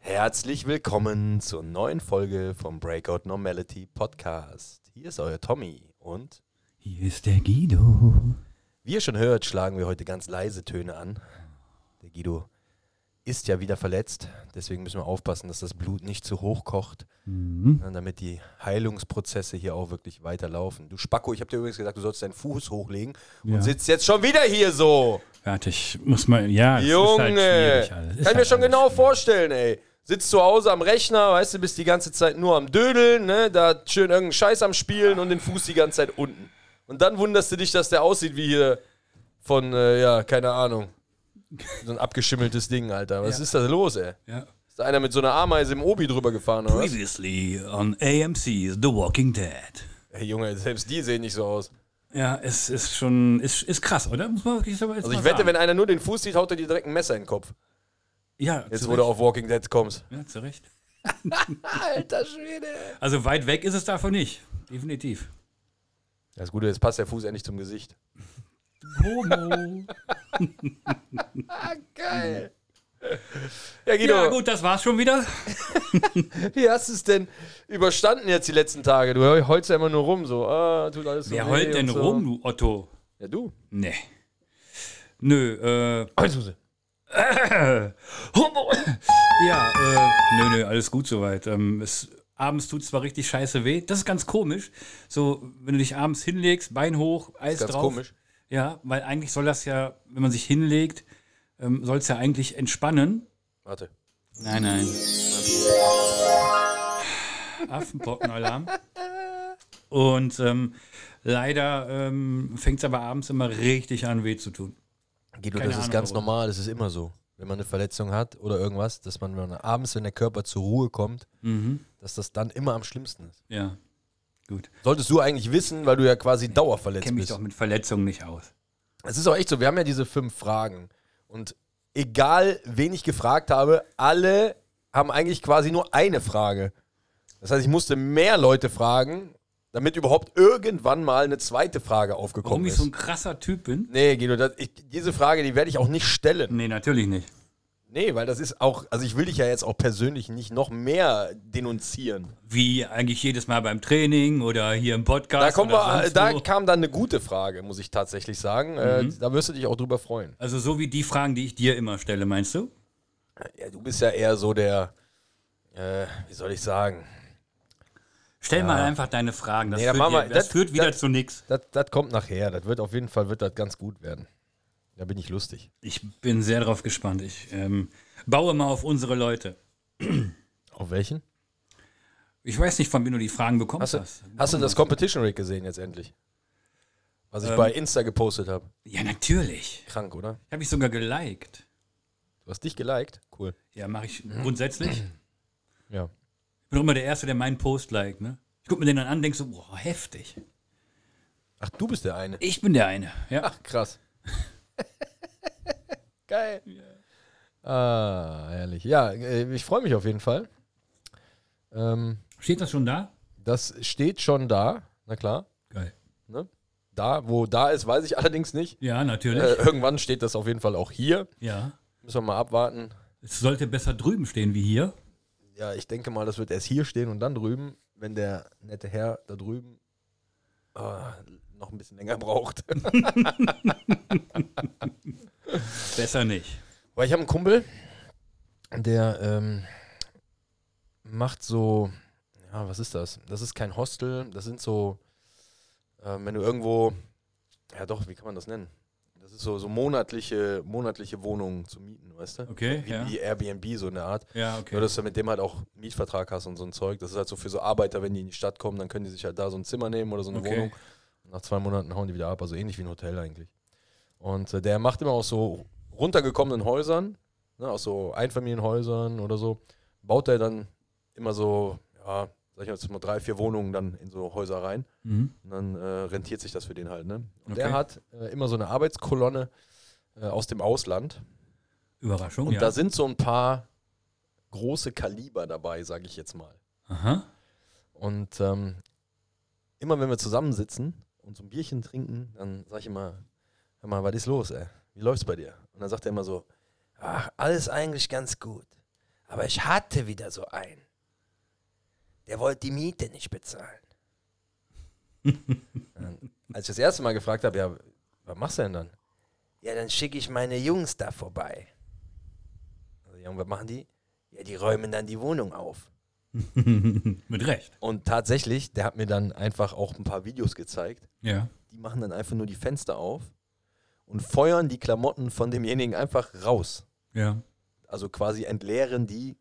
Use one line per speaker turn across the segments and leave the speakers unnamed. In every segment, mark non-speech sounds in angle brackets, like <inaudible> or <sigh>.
Herzlich willkommen zur neuen Folge vom Breakout Normality Podcast. Hier ist euer Tommy und
Hier ist der Guido.
wie ihr schon hört, schlagen wir heute ganz leise Töne an. Der Guido ist ja wieder verletzt, deswegen müssen wir aufpassen, dass das Blut nicht zu hoch kocht,
Mhm.
ne, damit die Heilungsprozesse hier auch wirklich weiterlaufen. Du Spacko, ich habe dir übrigens gesagt, du sollst deinen Fuß hochlegen und
Ja.
sitzt jetzt schon wieder hier so.
Warte, ich muss mal. Ja, es ist halt
Junge,
schwierig alles. Ist
kann
halt
mir schon
alles
genau
schwierig.
vorstellen, ey. Sitzt zu Hause am Rechner, weißt du, bist die ganze Zeit nur am Dödeln, ne? Da schön irgendeinen Scheiß am Spielen und den Fuß die ganze Zeit unten. Und dann wunderst du dich, dass der aussieht wie hier von, äh, ja, keine Ahnung. So ein abgeschimmeltes Ding, Alter. Was
Ja.
ist da los, ey?
Ja.
Ist da einer mit so einer Ameise im Obi drüber gefahren, oder? was?
Previously on AMC's The Walking Dead.
Ey, Junge, selbst die sehen nicht so aus.
Ja, es ist schon. Ist, ist krass, oder? Muss man wirklich so jetzt
Also
mal
ich wette,
sagen.
wenn einer nur den Fuß sieht, haut er dir direkt ein Messer in den Kopf.
Ja,
Jetzt,
zu
wo du
Recht.
auf Walking Dead kommst.
Ja, zu Recht.
Alter Schwede.
Also weit weg ist es davon nicht. Definitiv.
Das Gute, jetzt passt der Fuß endlich zum Gesicht.
Homo.
Geil. <laughs> Ja, Guido,
<laughs> ja, gut, das war's schon wieder.
wie hast du es denn überstanden jetzt die letzten Tage? Du heulst ja immer nur rum, so, ah, tut alles so
Wer
weh
heult halt denn
und so.
rum, du Otto?
Ja, du.
Nee. Nö, äh. Homo. Ja, äh, nö, nö, alles gut soweit. Ähm, es, abends tut zwar richtig scheiße weh, das ist ganz komisch. So, wenn du dich abends hinlegst, Bein hoch, Eis
ganz
drauf.
komisch.
Ja, weil eigentlich soll das ja, wenn man sich hinlegt, ähm, soll es ja eigentlich entspannen.
Warte.
Nein, nein. Affenpockenalarm. Und ähm, leider ähm, fängt es aber abends immer richtig an, weh zu tun.
Guido,
Keine
das ist
Ahnung,
ganz
warum.
normal, das ist immer so. Wenn man eine Verletzung hat oder irgendwas, dass man wenn man abends, wenn der Körper zur Ruhe kommt,
Mhm.
dass das dann immer am schlimmsten ist.
Ja, gut.
Solltest du eigentlich wissen, weil du ja quasi dauerverletzt
Kenne mich
bist.
doch mit Verletzungen nicht aus.
Es ist auch echt so, wir haben ja diese fünf Fragen. Und egal, wen ich gefragt habe, alle haben eigentlich quasi nur eine Frage. Das heißt, ich musste mehr Leute fragen, damit überhaupt irgendwann mal eine zweite Frage
Warum
aufgekommen
ich so
ist.
ein krasser Typ bin?
Nee, Guido, das, ich, diese Frage, die werde ich auch nicht stellen.
Nee, natürlich nicht.
Nee, weil das ist auch, also ich will dich ja jetzt auch persönlich nicht noch mehr denunzieren.
Wie eigentlich jedes Mal beim Training oder hier im Podcast.
Da, kommen
oder
wir,
sonst
da
wo.
kam dann eine gute Frage, muss ich tatsächlich sagen. Äh,
Mhm.
da wirst du dich auch drüber freuen.
Also so wie die Fragen, die ich dir immer stelle, meinst du?
Ja, Äh, du bist ja eher so der, äh, wie soll ich sagen,
Stell mal einfach deine Fragen. Das,
Nee, dann
führt,
machen wir-
dir- das,
das-
führt wieder
das-
zu nichts.
das das kommt nachher. Das wird auf jeden Fall wird das ganz gut werden. Da bin ich lustig.
Ich bin sehr drauf gespannt. Ich ähm, baue mal auf unsere Leute.
Auf welchen?
Ich weiß nicht, von wem du die Fragen bekommst.
Hast du,
hast.
hast du das Competition Rig gesehen jetzt endlich? Was ich bei Insta gepostet habe.
Ja, natürlich.
Krank, oder?
Ich habe mich sogar geliked.
Du hast dich geliked? Cool.
Ja, mache ich
Mhm.
grundsätzlich. Ich
Ja.
bin auch immer der Erste, der meinen Post liked. Ne? Ich gucke mir den dann an und denke so, boah, heftig.
Ach, du bist der eine.
Ich bin der eine. Ja.
<laughs> Ach, krass. <laughs> Geil. Ah, herrlich. Ja, äh, ich freue mich auf jeden Fall. Ähm,
Steht das schon da?
das steht schon da, na klar.
Geil.
Ne? Da, wo da ist, weiß ich <laughs> allerdings nicht.
Ja, natürlich.
Äh, irgendwann steht das auf jeden Fall auch hier.
Ja.
Müssen wir mal abwarten.
Es sollte besser drüben stehen wie hier.
Ja, ich denke mal, das wird erst hier stehen und dann drüben, wenn der nette Herr da drüben ah, noch ein bisschen länger <laughs> braucht.
Besser nicht.
Weil ich habe einen Kumpel, der ähm, macht so, ja, was ist das? Das ist kein Hostel, das sind so, ähm, wenn du irgendwo, ja doch, wie kann man das nennen? Das ist so, so monatliche, monatliche Wohnungen zu mieten, weißt du?
Okay,
Wie,
ja.
wie Airbnb, so eine Art.
Ja,
Nur,
okay.
dass du mit dem halt auch einen Mietvertrag hast und so ein Zeug. Das ist halt so für so Arbeiter, wenn die in die Stadt kommen, dann können die sich halt da so ein Zimmer nehmen oder so eine
Okay.
Wohnung. Nach zwei Monaten hauen die wieder ab, also ähnlich wie ein Hotel eigentlich. Und äh, der macht immer aus so runtergekommenen Häusern, ne, aus so Einfamilienhäusern oder so, baut er dann immer so, ja, sag ich jetzt mal drei, vier Wohnungen dann in so Häuser rein.
Mhm.
Und dann äh, rentiert sich das für den halt. Ne? Und
Okay.
der hat äh, immer so eine Arbeitskolonne äh, aus dem Ausland.
Überraschung,
Und
ja.
da sind so ein paar große Kaliber dabei, sage ich jetzt mal.
Aha. <laughs>
Und ähm, immer wenn wir zusammensitzen und so ein Bierchen trinken, dann sage ich immer, hör mal, was ist los, ey? Wie läuft's bei dir? Und dann sagt er immer so, ach, alles eigentlich ganz gut. Aber ich hatte wieder so einen. Der wollte die Miete nicht bezahlen. Ähm, Als ich das erste Mal gefragt habe, ja, was machst du denn dann? Ja, dann schicke ich meine Jungs da vorbei. Also, ja, und was machen die? Ja, die räumen dann die Wohnung auf.
Mit Recht.
Und tatsächlich, der hat mir dann einfach auch ein paar Videos gezeigt.
Ja.
Die machen dann einfach nur die Fenster auf und feuern die Klamotten von demjenigen einfach raus.
Ja.
Also quasi entleeren die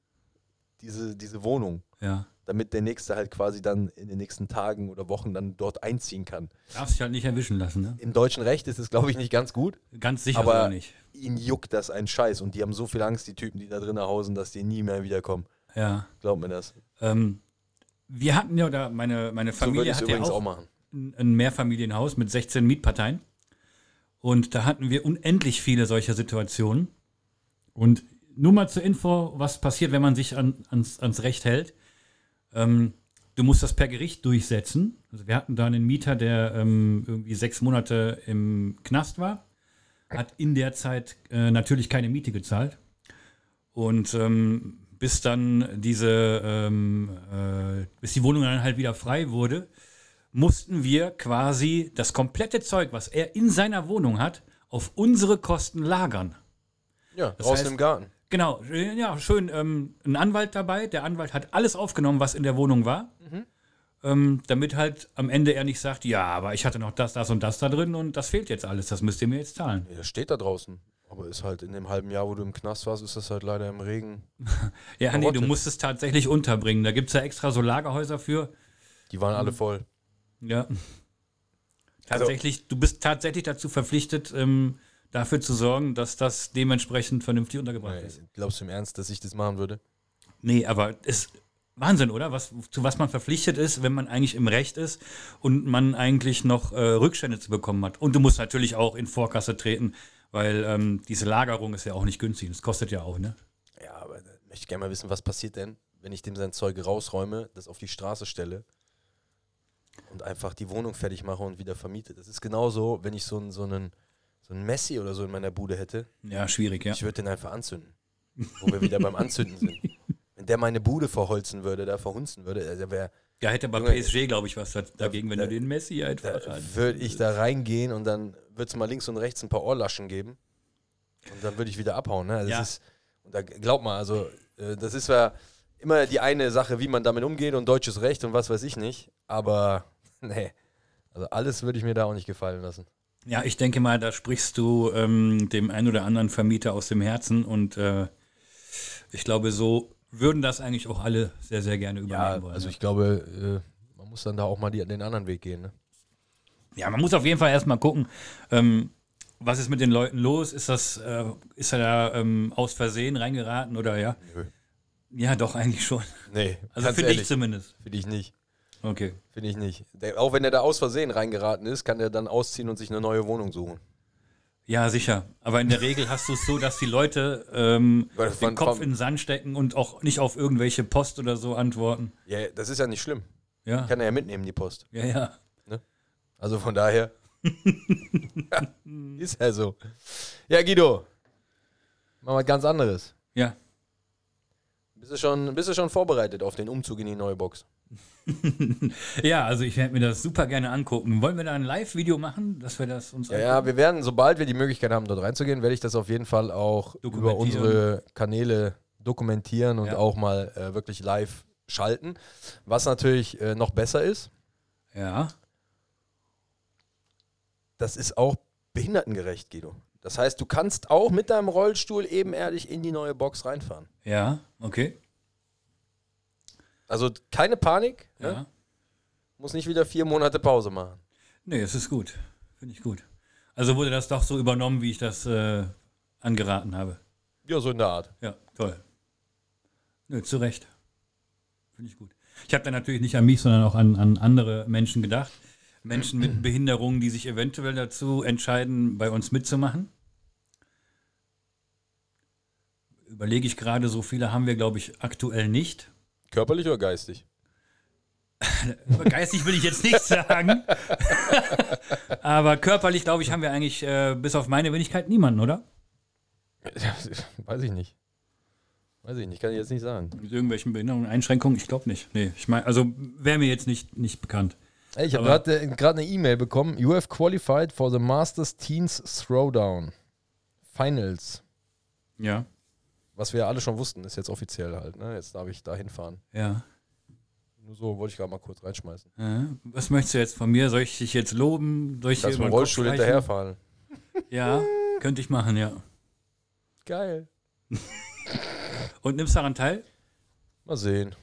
diese, diese Wohnung,
Ja.
damit der Nächste halt quasi dann in den nächsten Tagen oder Wochen dann dort einziehen kann.
Darfst dich halt nicht erwischen lassen, ne?
Im deutschen Recht ist es, glaube ich, nicht ganz gut,
Ganz sicher
aber
sogar nicht.
ihnen juckt das ein Scheiß und die haben so viel Angst, die Typen, die da drinnen hausen, dass die nie mehr wiederkommen.
Ja.
Glaub mir das.
Ähm, wir hatten ja, oder meine, meine
so würde
Familie
ich es
hat ja
übrigens
auch,
auch, machen.
ein ein Mehrfamilienhaus mit 16 Mietparteien. Und da hatten wir unendlich viele solcher Situationen. Und nur mal zur Info, was passiert, wenn man sich an, ans, ans Recht hält. Ähm, du musst das per Gericht durchsetzen. Also wir hatten da einen Mieter, der ähm, irgendwie sechs Monate im Knast war, hat in der Zeit äh, natürlich keine Miete gezahlt. Und ähm, bis dann diese, ähm, äh, bis die Wohnung dann halt wieder frei wurde, mussten wir quasi das komplette Zeug, was er in seiner Wohnung hat, auf unsere Kosten lagern.
Ja, draußen
heißt-
im Garten.
Genau, äh, ja, schön. Ähm, ein Anwalt dabei. Der Anwalt hat alles aufgenommen, was in der Wohnung war. Ähm, damit halt am Ende er nicht sagt, ja, aber ich hatte noch das, das und das da drin und das fehlt jetzt alles, das müsst ihr mir jetzt zahlen.
Ja, das steht da draußen. Aber ist halt in dem halben Jahr, wo du im Knast warst, ist das halt leider im Regen.
Ja, nee, du
Verrottet.
musst es tatsächlich unterbringen. Da gibt es ja extra so Lagerhäuser für.
Die waren alle voll.
Ja. Tatsächlich, du bist tatsächlich dazu verpflichtet, ähm, dafür zu sorgen, dass das dementsprechend vernünftig untergebracht ist.
Glaubst du im Ernst, dass ich das machen würde?
Nee, aber ist Wahnsinn, oder? Was, zu was man verpflichtet ist, wenn man eigentlich im Recht ist und man eigentlich noch äh, Rückstände zu bekommen hat. Und du musst natürlich auch in Vorkasse treten, weil ähm, diese Lagerung ist ja auch nicht günstig. Das kostet ja auch, ne?
Ja, aber da möchte ich gerne mal wissen, was passiert denn, wenn ich dem sein Zeug rausräume, das auf die Straße stelle und einfach die Wohnung fertig mache und wieder vermiete. Das ist genauso, wenn ich so einen, so einen, so einen Messi oder so in meiner Bude hätte.
Ja, schwierig, ja.
Ich würde den einfach anzünden. Wo wir wieder beim Anzünden <laughs> sind. Wenn der meine Bude verholzen würde, da verhunzen würde, also wäre
Da hätte aber
Junge, äh,
PSG, glaube ich, was da- dagegen, wenn
da-
du den Messi
Da
einfach an.
würde ich da reingehen und dann wird es mal links und rechts ein paar Ohrlaschen geben. Und dann würde ich wieder abhauen. Ne? Also
Ja.
das ist, und da glaub mal, also äh, das ist ja immer die eine Sache, wie man damit umgeht und deutsches Recht und was weiß ich nicht. Aber <laughs> nee, also alles würde ich mir da auch nicht gefallen lassen.
Ja, ich denke mal, da sprichst du ähm, dem einen oder anderen Vermieter aus dem Herzen und äh, ich glaube, so würden das eigentlich auch alle sehr, sehr gerne übernehmen wollen.
also
ne?
ich glaube, äh, man muss dann da auch mal die, den anderen Weg gehen. Ne?
Ja, man muss auf jeden Fall erstmal gucken, ähm, was ist mit den Leuten los? Ist das, äh, ist er da ähm, aus Versehen reingeraten oder ja?
Nö.
Ja, doch, eigentlich schon.
Nee,
Also
ganz
für dich
ehrlich,
zumindest.
für dich nicht.
Okay.
Finde ich nicht. Der, auch wenn er da aus Versehen reingeraten ist, kann er dann ausziehen und sich eine neue Wohnung suchen.
Ja, sicher. Aber in der Regel hast du es so, dass die Leute ähm,
Weil das
den
waren-
Kopf in den Sand stecken und auch nicht auf irgendwelche Post oder so antworten.
Ja, das ist ja nicht schlimm.
Ja,
Kann er ja mitnehmen, die Post.
ja, ja.
Also von daher. <laughs> ja, ist ja so. Ja, Guido. Machen wir ganz anderes.
Ja,
Bist du, schon, bist du schon vorbereitet auf den Umzug in die neue Box?
ja also ich werde mir das super gerne angucken. Wollen wir da ein Live-Video machen, dass wir das uns
Ja,
angucken?
ja, wir werden, sobald wir die Möglichkeit haben, dort reinzugehen, werde ich das auf jeden Fall auch über
Dokumentieren.
unsere Kanäle dokumentieren und
Ja.
auch mal äh, wirklich live schalten. Was natürlich äh, noch besser ist,
ja.
das ist auch behindertengerecht, Guido. Das heißt, du kannst auch mit deinem Rollstuhl ebenerdig in die neue Box reinfahren.
Ja, okay.
Also keine Panik. Ne?
Ja.
Muss nicht wieder vier Monate Pause machen.
Nee, es ist gut. Finde ich gut. Also wurde das doch so übernommen, wie ich das äh, angeraten habe.
Ja, so in der Art.
Ja, toll. Nö, zu Recht. Finde ich gut. Ich habe da natürlich nicht an mich, sondern auch an, an andere Menschen gedacht. Menschen mit Behinderungen, die sich eventuell dazu entscheiden, bei uns mitzumachen. Überlege ich gerade, so viele haben wir, glaube ich, aktuell nicht.
Körperlich oder <laughs> geistig?
Über geistig will ich jetzt nichts sagen. <laughs> Aber körperlich, glaube ich, haben wir eigentlich äh, bis auf meine Wenigkeit niemanden, oder?
Weiß ich nicht. Weiß ich nicht, kann ich jetzt nicht sagen.
Mit irgendwelchen Behinderungen, Einschränkungen? Ich glaube nicht. Nee, ich meine, also wäre mir jetzt nicht, nicht bekannt.
Ey, ich habe
Aber-
gerade gerade eine E-Mail bekommen. You have qualified for the Masters Teens Throwdown Finals.
Ja,
Was wir ja alle schon wussten, ist jetzt offiziell halt. Ne? Jetzt darf ich da hinfahren.
ja.
Nur so wollte ich gerade mal kurz reinschmeißen.
Äh, Was möchtest du jetzt von mir? Soll ich dich jetzt loben? Soll ich
Dass
dir
wir im
über den Kopf
Rollstuhl
streichen?
hinterherfahren.
Ja, könnte ich machen, ja.
Geil.
Und nimmst daran teil?
Mal sehen.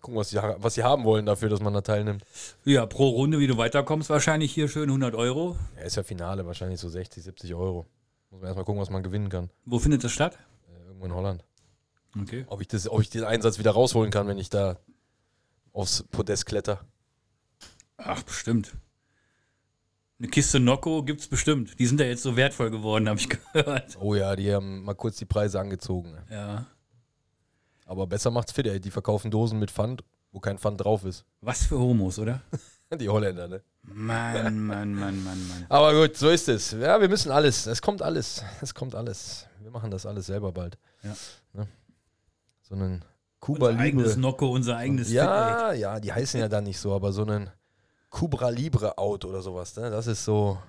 Gucken, was sie, was sie haben wollen dafür, dass man da teilnimmt.
Ja, pro Runde, wie du weiterkommst, wahrscheinlich hier schön 100 Euro.
Ja, ist ja Finale, wahrscheinlich so 60, 70 Euro. Muss man erstmal gucken, was man gewinnen kann.
Wo findet das statt?
Äh, irgendwo in Holland.
Okay.
Ob ich, das, ob ich den Einsatz wieder rausholen kann, wenn ich da aufs Podest kletter.
Ach, bestimmt. Eine Kiste Nocco gibt's bestimmt. Die sind ja jetzt so wertvoll geworden, habe ich <laughs> gehört.
Oh ja, die haben mal kurz die Preise angezogen. ne?
Ja.
Aber besser macht's fit, ey. Die verkaufen Dosen mit Pfand, wo kein Pfand drauf ist. <laughs>
Was für Homos, oder?
Die Holländer, ne?
Mann, Mann, Mann, Mann, Mann.
Aber gut, so ist es. Ja, wir müssen alles. Es kommt alles. Es kommt alles. Wir machen das alles selber bald.
Ja.
Ne? So einen Cuba
Unser eigenes
Libre.
Nocco, unser eigenes Fit,
Ja, ja, die heißen ja dann nicht so, aber so einen Cobra Libre Out oder sowas. Ne? Das ist so.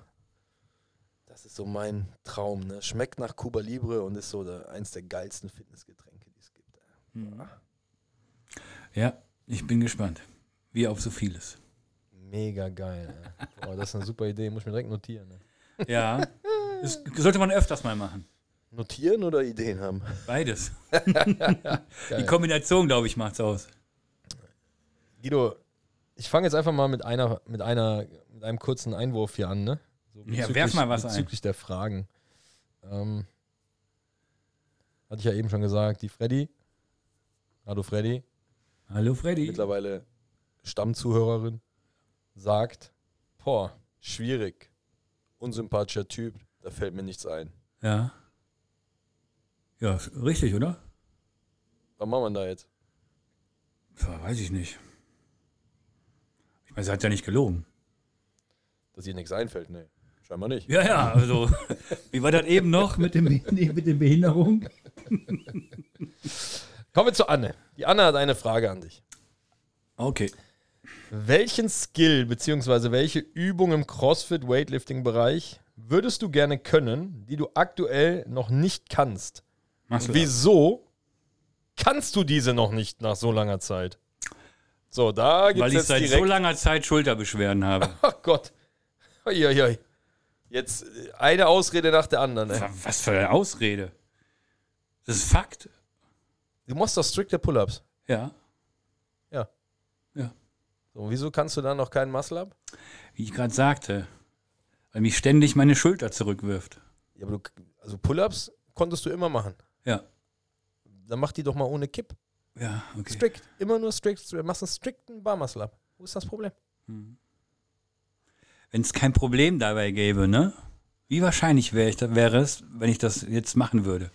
Das ist so mein Traum. Ne? Schmeckt nach Cuba Libre und ist so der, eins der geilsten Fitnessgetränke, die es gibt.
ey. Ja, ich bin gespannt. Wie auf so vieles.
Mega geil. Ne? Boah, das ist eine super Idee. Muss ich mir direkt notieren. Ne?
Ja. Das sollte man öfters mal machen.
Notieren oder Ideen haben?
Beides. Die Kombination, glaube ich, macht's aus.
Guido, ich fange jetzt einfach mal mit einer, mit einer, mit einem kurzen Einwurf hier an, ne? So
Ja,
bezüglich-
werf mal was ein.
Bezüglich der Fragen. Ähm, hatte ich ja eben schon gesagt, die Freddy. Hallo Freddy,
Hallo Freddy.
mittlerweile Stammzuhörerin, sagt, boah, schwierig, unsympathischer Typ, da fällt mir nichts ein.
Ja. Ja, richtig, oder?
Was machen wir denn da jetzt?
Pah, weiß ich nicht. Ich meine, sie hat ja nicht gelogen.
Dass ihr nichts einfällt, ne? Scheinbar nicht.
Ja, ja, also, <laughs> wie war das eben noch mit, dem, mit den Behinderungen?
Kommen wir zu Anne. Die Anne hat eine Frage an dich.
Okay.
Welchen Skill bzw. welche Übung im CrossFit-Weightlifting-Bereich würdest du gerne können, die du aktuell noch nicht kannst?
Machst du das?
Wieso kannst du diese noch nicht nach so langer Zeit? So, da
Weil
gibt es
ich
jetzt
seit
direkt...
so langer Zeit Schulterbeschwerden habe.
Ach Gott. Uiuiui. Jetzt äh, eine Ausrede nach der anderen. Ey.
Wa- Was für eine Ausrede. Das ist Fakt.
Du machst doch strikte Pull-Ups.
Ja.
Ja.
Ja.
So, wieso kannst du da noch keinen Muscle-Up?
Wie ich gerade sagte, weil mich ständig meine Schulter zurückwirft.
Ja, aber du, also Pull-Ups konntest du immer machen.
Ja.
Dann mach die doch mal ohne Kipp.
Ja, okay.
Strict. Immer nur strict. Du machst einen strikten Barmuscle ab. Wo ist das Problem?
wenn es kein Problem dabei gäbe, ne? Wie wahrscheinlich wär ich, da- wäre es, wenn ich das jetzt machen würde?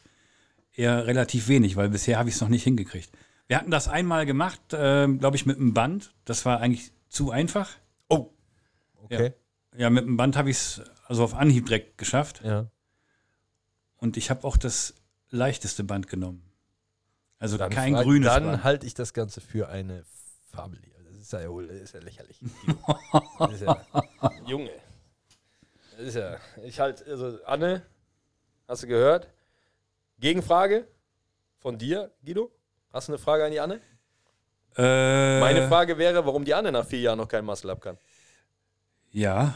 Eher relativ wenig, weil bisher habe ich es noch nicht hingekriegt. Wir hatten das einmal gemacht, glaube ich, mit einem Band. Das war eigentlich zu einfach.
Oh. Okay.
Ja, mit dem Band habe ich es also auf Anhieb direkt geschafft.
Ja.
Und ich habe auch das leichteste Band genommen. Also
Dann
kein
frag-
grünes
Dann
Band.
halte ich das Ganze für eine Fabel. hier. Das ist ja, ja wohl- das ist ja
<laughs>
lächerlich. Das ist ja, Junge. Das ist ja. Ich halt, also Anne, hast du gehört? Gegenfrage von dir, Guido. Hast du eine Frage an die Anne?
Äh,
Meine Frage wäre, warum die Anne nach vier Jahren noch keinen Muscle Up kann.
Äh, Ja.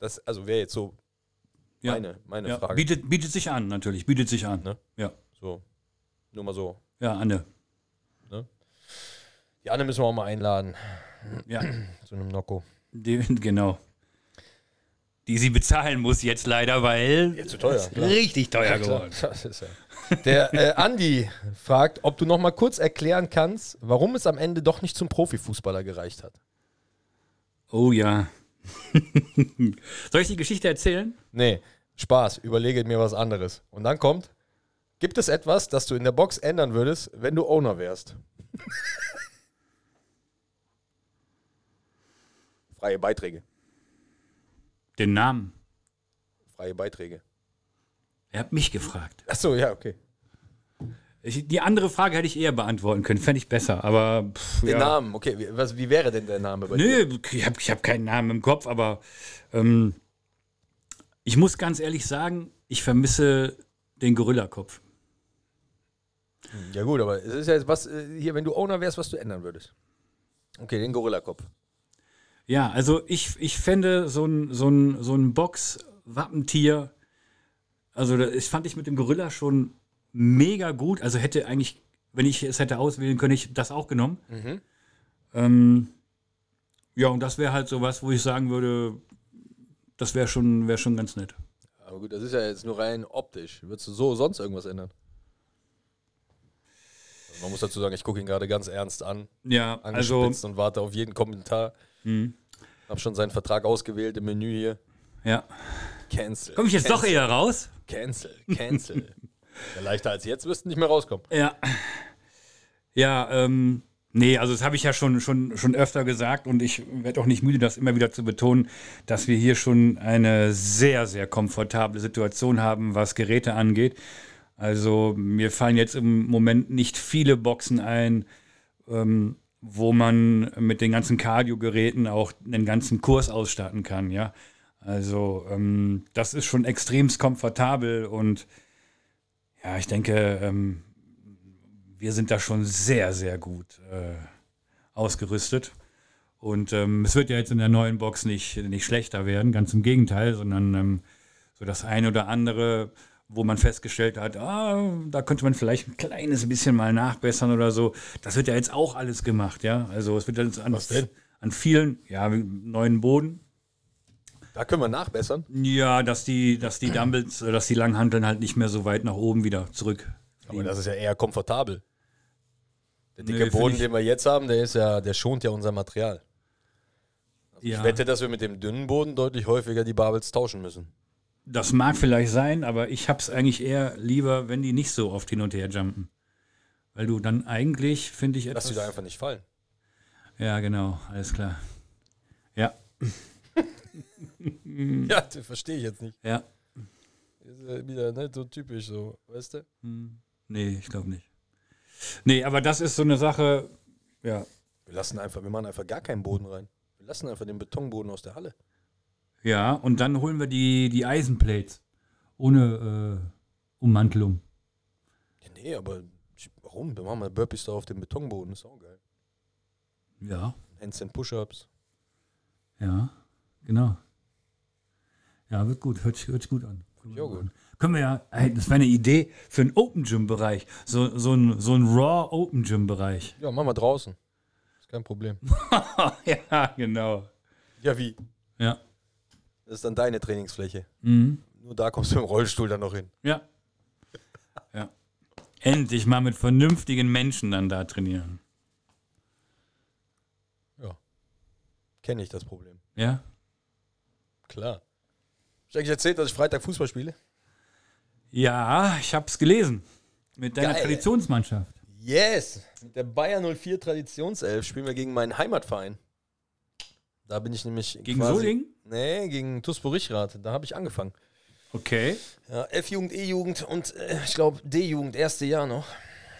Das, also wäre jetzt so
ja.
meine, meine
ja.
Frage.
Bietet, bietet sich an, natürlich. Bietet sich an.
Ne?
Ja.
So. Nur mal so.
Ja, Anne.
Die Anne müssen wir auch mal einladen
Ja.
zu einem Nocco.
Die, <laughs> genau. Die sie bezahlen muss jetzt leider, weil
zu teuer. äh,
richtig teuer geworden.
<laughs> Das ist ja. Der äh, Andi fragt, ob du noch mal kurz erklären kannst, warum es am Ende doch nicht zum Profifußballer gereicht hat.
Oh ja. <laughs> Soll ich die Geschichte erzählen?
Nee, Spaß, überlege mir was anderes. Und dann kommt, gibt es etwas, das du in der Box ändern würdest, wenn du Owner wärst? freie Beiträge,
Den Namen.
freie Beiträge.
Er hat mich gefragt.
Achso, ja, okay.
Ich, die andere Frage hätte ich eher beantworten können, fände ich besser, aber pff,
Den
ja.
Namen, okay. Wie, was, wie wäre denn der Name bei dir?
Nö, ich habe ich hab keinen Namen im Kopf, aber ähm, ich muss ganz ehrlich sagen, ich vermisse den Gorillakopf.
Ja gut, aber es ist ja jetzt was, äh, hier, wenn du Owner wärst, was du ändern würdest. Okay, den Gorillakopf.
Ja, also ich, ich fände so ein, so ein, so ein Box-Wappentier, also da- das fand ich mit dem Gorilla schon mega gut. Also hätte eigentlich, wenn ich es hätte auswählen können, ich das auch genommen. Ähm, ja, und das wäre halt so was, wo ich sagen würde, das wäre schon, wär schon ganz nett.
Aber gut, das ist ja jetzt nur rein optisch. Würdest du so sonst irgendwas ändern? Also man muss dazu sagen, ich gucke ihn gerade ganz ernst an,
Ja, also, Mhm.
angespitzt und warte auf jeden Kommentar. Hab schon seinen Vertrag ausgewählt im Menü hier.
ja.
Cancel.
Komme ich jetzt doch eh.
cancel,
eher raus?
Cancel, cancel. ja, leichter als jetzt wirst du nicht mehr rauskommen.
Ja. Ja, ähm, nee, also das habe ich ja schon, schon, schon öfter gesagt und ich werde auch nicht müde, das immer wieder zu betonen, dass wir hier schon eine sehr, sehr komfortable Situation haben, was Geräte angeht. Also mir fallen jetzt im Moment nicht viele Boxen ein, ähm, wo man mit den ganzen Cardio-Geräten auch einen ganzen Kurs ausstatten kann, ja. Also ähm, das ist schon extremst komfortabel und ja, ich denke, ähm, wir sind da schon sehr, sehr gut äh, ausgerüstet. Und ähm, es wird ja jetzt in der neuen Box nicht, nicht schlechter werden, ganz im Gegenteil, sondern ähm, so das eine oder andere, wo man festgestellt hat, ah, da könnte man vielleicht ein kleines bisschen mal nachbessern oder so. Das wird ja jetzt auch alles gemacht, ja. Also es wird jetzt an,
Was denn?
an vielen, ja, neuen Boden,
Da können wir nachbessern.
ja, dass die, dass <clears throat> die Dumbles, äh, dass die Langhanteln halt nicht mehr so weit nach oben wieder zurück.
Aber das ist ja eher komfortabel. Der
Nö,
dicke
find
Boden,
ich-
den wir jetzt haben, der ist ja, der schont ja unser Material.
ja, Also
Ich wette, dass wir mit dem dünnen Boden deutlich häufiger die Barbels tauschen müssen.
das mag vielleicht sein, aber ich hab's eigentlich eher lieber, wenn die nicht so oft hin und her jumpen. Weil du dann eigentlich, finde ich,
Lass
etwas.
die da einfach nicht fallen.
ja, genau, alles klar.
<laughs>
Ja,
Ja, das verstehe ich jetzt nicht.
ja.
Ist ja wieder ne, so typisch so, weißt du?
Nee, ich glaube nicht. Nee, aber das ist so eine Sache, ja.
Wir lassen einfach, wir machen einfach gar keinen Boden rein. Wir lassen einfach den Betonboden aus der Halle.
Ja, und dann holen wir die, die Eisenplates. Ohne äh, Ummantelung.
Ja, nee, aber ich- warum? Wir machen mal Burpees da auf dem Betonboden, ist auch geil.
Ja.
Handstand Push-Ups.
Ja, genau. Ja, wird gut, hört, sich- hört sich gut an. Können wir
Ja,
machen.
gut.
Können wir ja, ey, das wäre eine Idee für einen Open Gym Bereich. So, so ein, so ein Raw Open
<laughs>
Gym Bereich.
Ja, machen wir draußen. Ist kein Problem.
ja, genau.
Ja, wie?
Ja.
Das ist dann deine Trainingsfläche.
Mhm.
Nur da kommst du mit dem Rollstuhl dann noch hin.
Ja. ja. Endlich mal mit vernünftigen Menschen dann da trainieren.
Kenne ich das Problem.
Ja?
Klar. Hab ich eigentlich erzählt, dass ich Freitag Fußball spiele?
Ja, ich hab's gelesen. Mit deiner
Geil.
Traditionsmannschaft.
Yes! Mit der Bayern 04 Traditionself spielen wir gegen meinen Heimatverein. Da bin ich nämlich.
Gegen Solingen?
Nee, gegen TuSpo Richrath. Da habe ich angefangen.
Okay.
Ja, F-Jugend, E-Jugend und äh, ich glaube D-Jugend, erste Jahr noch,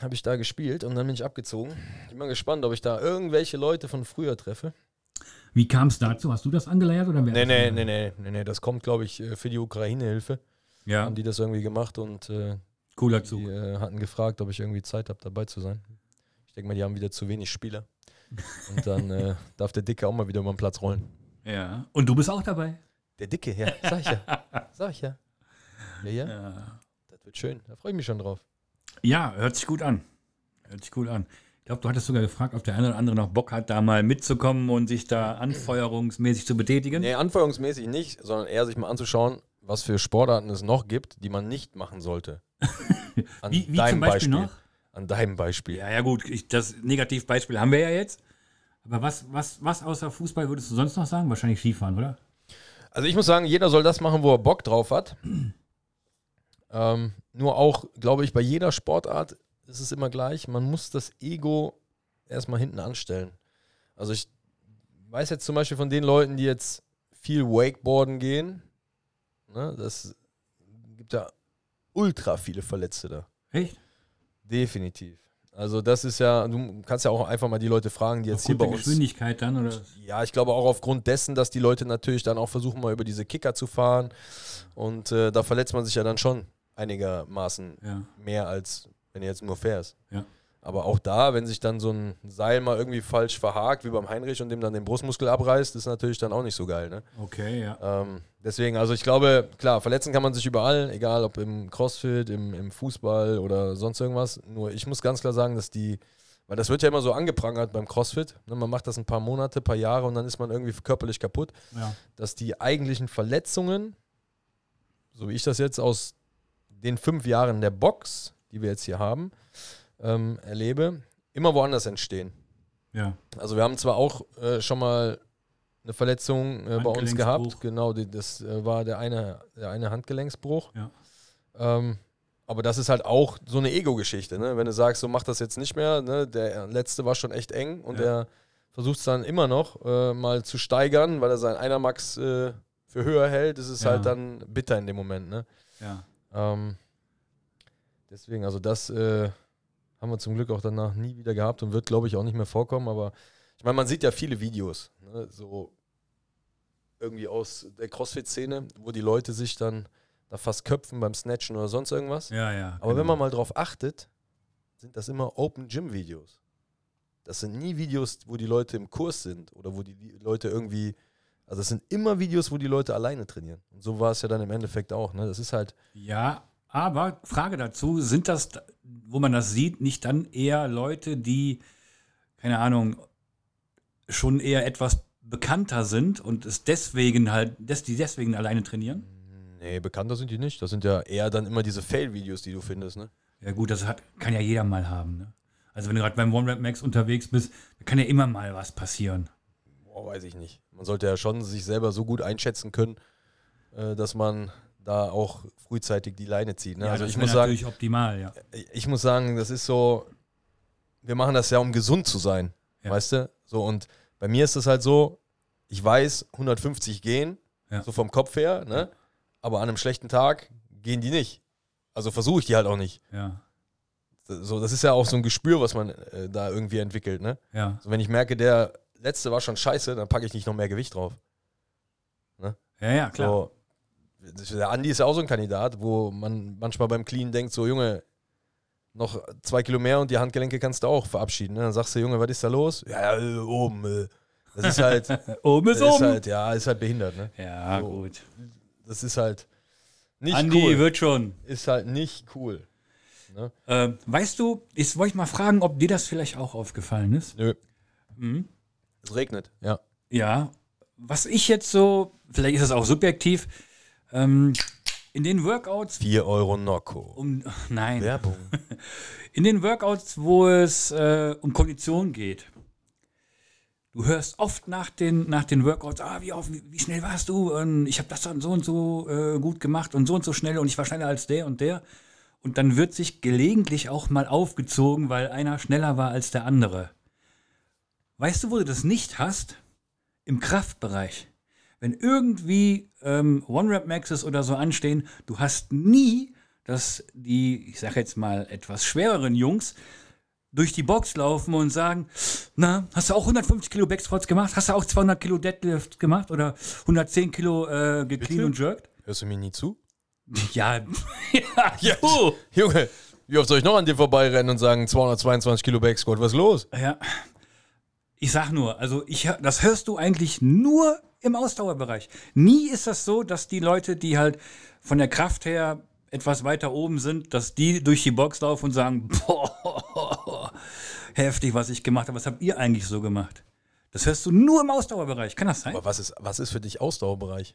habe ich da gespielt und dann bin ich abgezogen. Ich bin mal gespannt, ob ich da irgendwelche Leute von früher treffe.
Wie kam es dazu? Hast du das angeleiert oder wer?
Nee, nee, nee, nee, nee, nee. Das kommt, glaube ich, äh, für die Ukraine-Hilfe.
Ja,
Haben die das irgendwie gemacht und äh,
cooler
die
Zug.
äh, hatten gefragt, ob ich irgendwie Zeit habe, dabei zu sein. Ich denke mal, die haben wieder zu wenig
<laughs>
Spieler. Und dann äh, darf der Dicke auch mal wieder über den Platz rollen.
Ja. Und du bist auch dabei?
Der Dicke, ja, sag ich
<laughs>
ja. Sag ich ja. Ja, ja,
Ja.
das wird schön. Da freue ich mich schon drauf.
Ja, hört sich gut an. Hört sich gut an. Ich glaube, du hattest sogar gefragt, ob der eine oder andere noch Bock hat, da mal mitzukommen und sich da anfeuerungsmäßig zu betätigen.
Nee, anfeuerungsmäßig nicht, sondern eher sich mal anzuschauen, was für Sportarten es noch gibt, die man nicht machen
<laughs>
sollte. An
Wie- wie zum Beispiel noch?
An deinem Beispiel.
Ja, ja, gut, ich, das Negativbeispiel haben wir ja jetzt. Aber was, was, was außer Fußball würdest du sonst noch sagen? Wahrscheinlich Skifahren, oder?
Also ich muss sagen, jeder soll das machen, wo er Bock drauf hat. ähm, nur auch, glaube ich, bei jeder Sportart ist es immer gleich. Man muss das Ego erstmal hinten anstellen. Also ich weiß jetzt zum Beispiel von den Leuten, die jetzt viel Wakeboarden gehen, ne, das gibt ja ultra viele Verletzte da.
Echt?
Definitiv. Also das ist ja, du kannst ja auch einfach mal die Leute fragen, die jetzt hier
Aufgrund
bei
der
uns
Geschwindigkeit dann oder
Ja, ich glaube auch aufgrund dessen, dass die Leute natürlich dann auch versuchen, mal über diese Kicker zu fahren. Und äh, da verletzt man sich ja dann schon einigermaßen
ja.
mehr, als wenn du jetzt nur fährst.
Ja.
Aber auch da, wenn sich dann so ein Seil mal irgendwie falsch verhakt, wie beim Heinrich und dem dann den Brustmuskel abreißt, ist natürlich dann auch nicht so geil. Ne?
Okay, ja.
Ähm, deswegen, also ich glaube, klar, verletzen kann man sich überall, egal ob im Crossfit, im, im Fußball oder sonst irgendwas. Nur ich muss ganz klar sagen, dass die, weil das wird ja immer so angeprangert beim Crossfit, ne? man macht das ein paar Monate, paar Jahre und dann ist man irgendwie körperlich kaputt,
ja.
dass die eigentlichen Verletzungen, so wie ich das jetzt aus den fünf Jahren der Box, die wir jetzt hier haben, ähm, erlebe, immer woanders entstehen.
Ja.
Also wir haben zwar auch äh, schon mal eine Verletzung äh, bei uns
Handgelenksbruch.
gehabt, genau, die, das äh, war der eine, der eine Handgelenksbruch.
Ja.
Ähm, aber das ist halt auch so eine Ego-Geschichte, ne? Wenn du sagst, so mach das jetzt nicht mehr, ne? der letzte war schon echt eng und
Ja.
der versucht es dann immer noch äh, mal zu steigern, weil er sein Einermax äh, für höher hält, ist es
Ja.
halt dann bitter in dem Moment, ne?
Ja.
Ähm, deswegen, also das äh, haben wir zum Glück auch danach nie wieder gehabt und wird, glaube ich, auch nicht mehr vorkommen. Aber ich meine, man sieht ja viele Videos, ne? so irgendwie aus der Crossfit-Szene, wo die Leute sich dann da fast köpfen beim Snatchen oder sonst irgendwas.
Ja, ja. genau.
Aber wenn man mal drauf achtet, sind das immer Open-Gym-Videos. Das sind nie Videos, wo die Leute im Kurs sind oder wo die Li- Leute irgendwie. Also, es sind immer Videos, wo die Leute alleine trainieren. Und so war es ja dann im Endeffekt auch. Ne? Das ist halt
Ja, aber Frage dazu, sind das, wo man das sieht, nicht dann eher Leute, die, keine Ahnung, schon eher etwas bekannter sind und es deswegen halt, dass die deswegen alleine trainieren?
Nee, bekannter sind die nicht. Das sind ja eher dann immer diese Fail-Videos, die du findest, ne?
Ja gut, das hat, kann ja jeder mal haben. Ne? Also wenn du gerade beim One-Rap-Max unterwegs bist, da kann ja immer mal was passieren.
Boah, weiß ich nicht. Man sollte ja schon sich selber so gut einschätzen können, äh, dass man da auch frühzeitig die Leine zieht. Ne?
Ja,
also
das
ich
wär
muss sagen,
natürlich optimal, ja.
ich muss sagen, das ist so, wir machen das ja, um gesund zu sein,
Ja.
weißt du? So, und bei mir ist es halt so, ich weiß, 150 gehen,
Ja.
so vom Kopf her, ne? Aber an einem schlechten Tag gehen die nicht. Also versuche ich die halt auch nicht.
Ja,
So, das ist ja auch so ein Gespür, was man äh, da irgendwie entwickelt, ne?
ja,
So, wenn ich merke, der letzte war schon scheiße, dann packe ich nicht noch mehr Gewicht drauf.
ja, ja klar.
So, das- der Andi ist ja auch so ein Kandidat, wo man manchmal beim Clean denkt, so Junge, noch zwei Kilo mehr und die Handgelenke kannst du auch verabschieden. Ne? Dann sagst du, Junge, was ist da los? Ja, äh, oben. Äh. Das ist halt, das
Oben <laughs> ist
ist
oben.
halt, ja, ist halt behindert. Ne?
ja,
So.
gut.
Das ist halt nicht
Andi
cool.
wird schon.
Ist halt nicht cool.
Ähm, weißt du, jetzt wollte ich mal fragen, ob dir das vielleicht auch aufgefallen ist.
Nö. Es regnet. Ja.
Ja, was ich jetzt so, vielleicht ist das auch subjektiv, ähm, in den Workouts,
4 Euro Nocco.
um, <laughs> nein,
Werbung.
in den Workouts, wo es äh, um Kondition geht, du hörst oft nach den, nach den Workouts, ah, wie, auf, wie schnell warst du? Und ich habe das dann so und so äh, gut gemacht und so und so schnell und ich war schneller als der und der. Und dann wird sich gelegentlich auch mal aufgezogen, weil einer schneller war als der andere. Weißt du, wo du das nicht hast? Im Kraftbereich. Wenn irgendwie ähm, One-Rap-Maxes oder so anstehen, du hast nie, dass die, ich sag jetzt mal, etwas schwereren Jungs durch die Box laufen und sagen, na, hast du auch 150 Kilo Backsquats gemacht? Hast du auch 200 Kilo Deadlift gemacht? Oder 110 Kilo äh, geclean und <laughs> jerked?
Hörst du mir nie zu?
Ja, ja, so.
<laughs> Junge, wie oft soll ich noch an dir vorbeirennen und sagen 222 Kilo Backsquat, was ist los?
Ja. Ich sag nur, also ich, hör- das hörst du eigentlich nur im Ausdauerbereich. Nie ist das so, dass die Leute, die halt von der Kraft her etwas weiter oben sind, dass die durch die Box laufen und sagen, <laughs> boah, heftig, was ich gemacht habe. Was habt ihr eigentlich so gemacht? Das hörst du nur im Ausdauerbereich. Kann das sein?
Aber was ist, was ist für dich Ausdauerbereich?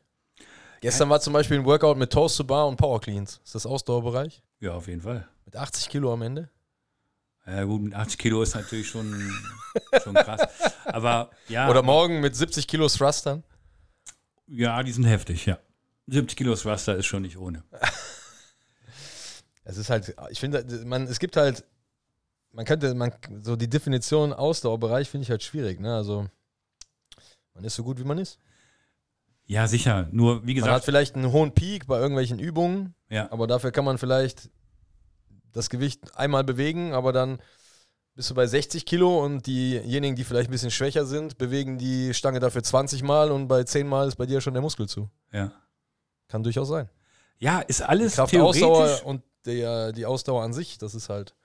Gestern war zum Beispiel ein Workout mit Toast to Bar und Power Cleans. Ist das Ausdauerbereich?
Ja, auf jeden Fall.
Mit 80 Kilo am Ende?
Ja, gut, mit 80 Kilo ist natürlich schon, schon krass. Aber ja.
Oder morgen mit 70 Kilo Thrustern?
Ja, die sind heftig, ja. 70 Kilo Thruster ist schon nicht ohne.
Es ist halt, ich finde, man, es gibt halt, man könnte, man, so die Definition Ausdauerbereich finde ich halt schwierig, ne? Also, man ist so gut, wie man ist.
Ja, sicher. Nur, wie
Man hat
gesagt,
vielleicht einen hohen Peak bei irgendwelchen Übungen,
ja,
aber dafür kann man vielleicht das Gewicht einmal bewegen, aber dann bist du bei 60 Kilo und diejenigen, die vielleicht ein bisschen schwächer sind, bewegen die Stange dafür 20 Mal und bei 10 Mal ist bei dir schon der Muskel zu.
Ja.
Kann durchaus sein.
Ja, ist alles
Kraft,
theoretisch.
Ausdauer und der, die Ausdauer an sich, das ist halt.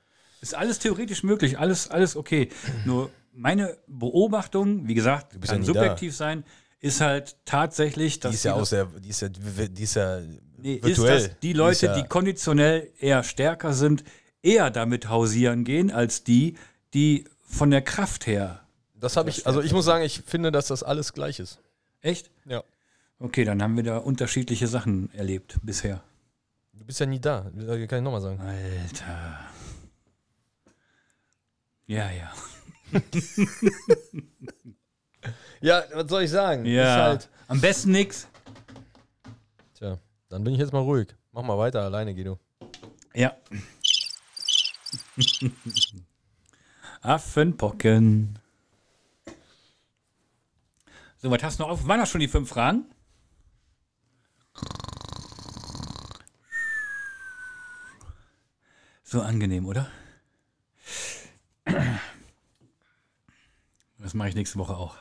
Ist alles theoretisch möglich, alles, alles okay. Nur meine Beobachtung, wie gesagt,
bist
kann
ja nie da.
subjektiv sein, ist halt tatsächlich, dass
Die ist ja
die,
aus der, die ist ja, die ist ja
nee, ist,
virtuell.
dass die Leute, die,
ist ja,
konditionell eher stärker sind, eher damit hausieren gehen, als die, die von der Kraft her.
Das habe ich, also ich muss sagen, ich finde, dass das alles gleich ist.
Echt?
Ja.
Okay, dann haben wir da unterschiedliche Sachen erlebt bisher.
Du bist ja nie da, das kann ich nochmal sagen.
Alter. Ja, ja.
Ja, was soll ich sagen?
Ja.
Ist halt,
Am besten nix.
tja, dann bin ich jetzt mal ruhig. Mach mal weiter alleine, Guido.
Ja. <laughs> Affenpocken. So, was hast du noch auf? Waren das schon die fünf Fragen? So angenehm, oder? Das mache ich nächste Woche auch.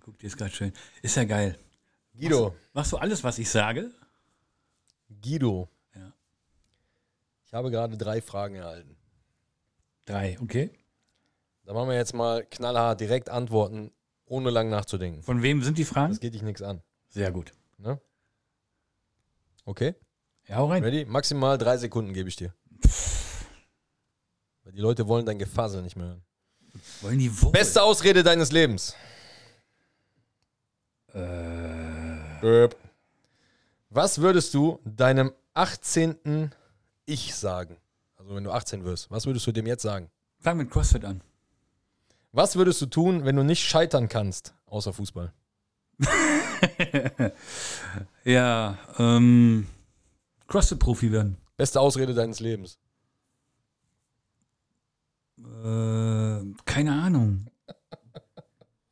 Guck dir ist gerade schön. Ist ja geil.
Guido,
Machst du alles, was ich sage?
Guido.
Ja.
Ich habe gerade drei Fragen erhalten.
Drei, okay.
Da machen wir jetzt mal knallhart direkt Antworten, ohne lang nachzudenken.
Von wem sind die Fragen?
Das geht dich nichts an.
Sehr gut.
Ne? Okay,
Ja, hau rein.
ready? Maximal drei Sekunden gebe ich dir. Weil die Leute wollen dein Gefasel nicht mehr hören.
Wollen die Wuppe?
Beste Ausrede deines Lebens.
Äh,
Böp. Was würdest du deinem 18. Ich sagen? Also wenn du 18 wirst, was würdest du dem jetzt sagen?
Fang mit CrossFit an.
Was würdest du tun, wenn du nicht scheitern kannst, außer Fußball?
Ja, ähm, CrossFit-Profi werden.
Beste Ausrede deines <laughs> Lebens.
Äh, keine
<laughs>
Ahnung.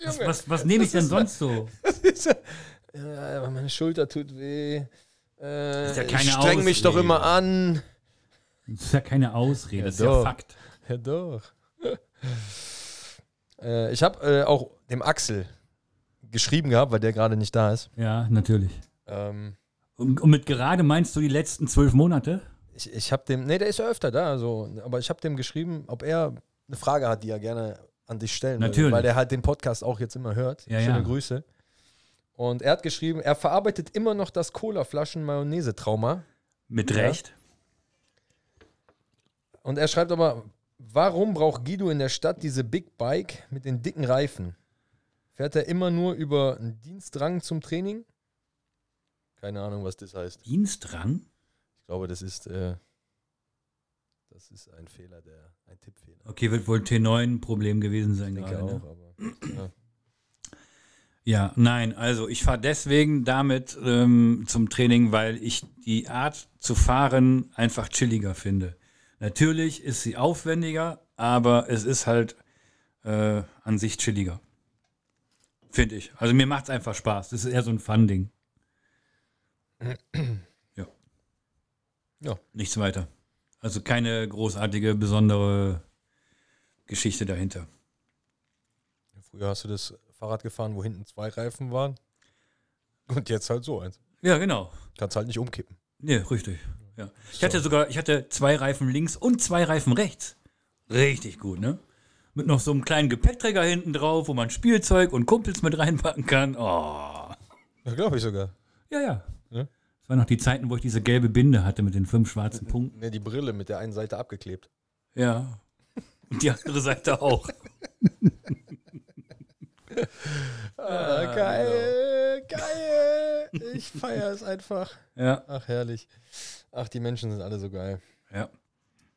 Was, was, was nehme ich denn sonst so?
Ja, aber meine Schulter tut weh. Äh,
Ist ja
ich
keine
streng mich doch
Ausrede.
immer an.
Das ist ja keine Ausrede, das ist
doch.
ja Fakt.
Ja, doch. <laughs> äh, ich habe äh, auch dem Axel geschrieben gehabt, weil der gerade nicht da ist.
Ja, natürlich.
Ähm,
Und, und mit gerade meinst du die letzten zwölf Monate?
ich ich habe dem, nee, der ist ja öfter da, also, aber ich habe dem geschrieben, ob er eine Frage hat, die er gerne an dich stellen
Natürlich.
würde, weil der halt den Podcast auch jetzt immer hört.
Ja,
Schöne
ja.
Grüße. Und er hat geschrieben, er verarbeitet immer noch das Cola-Flaschen-Mayonnaise-Trauma.
Mit
Ja.
Recht.
Und er schreibt aber, warum braucht Guido in der Stadt diese Big Bike mit den dicken Reifen? Fährt er immer nur über einen Dienstrang zum Training? Keine Ahnung, was das heißt.
Dienstrang?
Ich glaube, das ist, äh, das ist ein Fehler, der, ein Tippfehler.
Okay, wird wohl T9 ein Problem gewesen sein
Ich denke
gerade.
auch,
Ne?
aber
Ja, nein, also ich fahre deswegen damit ähm, zum Training, weil ich die Art zu fahren einfach chilliger finde. Natürlich ist sie aufwendiger, aber es ist halt äh, an sich chilliger. Finde ich. Also mir macht es einfach Spaß. Das ist eher so ein Fun-Ding. Ja.
Ja.
Nichts weiter. Also keine großartige, besondere Geschichte dahinter.
früher hast du das Fahrrad gefahren, wo hinten zwei Reifen waren. Und jetzt halt so eins.
Ja, genau.
Kannst halt nicht umkippen.
Nee, richtig. Ja. Ich
So.
hatte sogar, ich hatte zwei Reifen links und zwei Reifen rechts. Richtig gut, ne? Mit noch so einem kleinen Gepäckträger hinten drauf, wo man Spielzeug und Kumpels mit reinpacken kann. Oh.
Ja, glaube ich sogar.
Ja, ja.
Ja.
Das waren noch die Zeiten, wo ich diese gelbe Binde hatte mit den fünf schwarzen Punkten.
Ne, die Brille mit der einen Seite abgeklebt.
Ja. <laughs> Und die andere Seite auch.
Ah, geil, geil. Ich feiere es einfach.
Ja.
Ach, herrlich. Ach, die Menschen sind alle so geil.
Ja.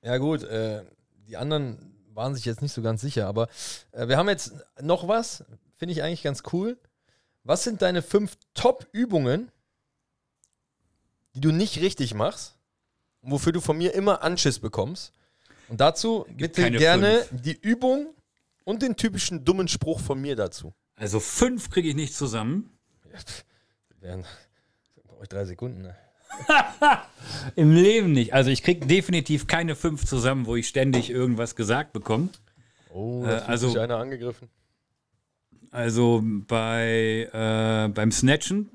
Ja, gut, äh, die anderen waren sich jetzt nicht so ganz sicher, aber äh, wir haben jetzt noch was, finde ich eigentlich ganz cool. Was sind deine fünf Top-Übungen, die du nicht richtig machst, und wofür du von mir immer Anschiss bekommst? Und dazu bitte
keine
gerne die Übung und den typischen dummen Spruch von mir dazu.
Also fünf kriege ich nicht zusammen.
<laughs> Wären bei euch drei Sekunden, ne?
Im Leben nicht. Also ich kriege definitiv keine fünf zusammen, wo ich ständig irgendwas gesagt bekomme.
Oh,
Äh,
da fühlt
also-
sich einer angegriffen. <laughs>
Also bei, äh, beim Snatchen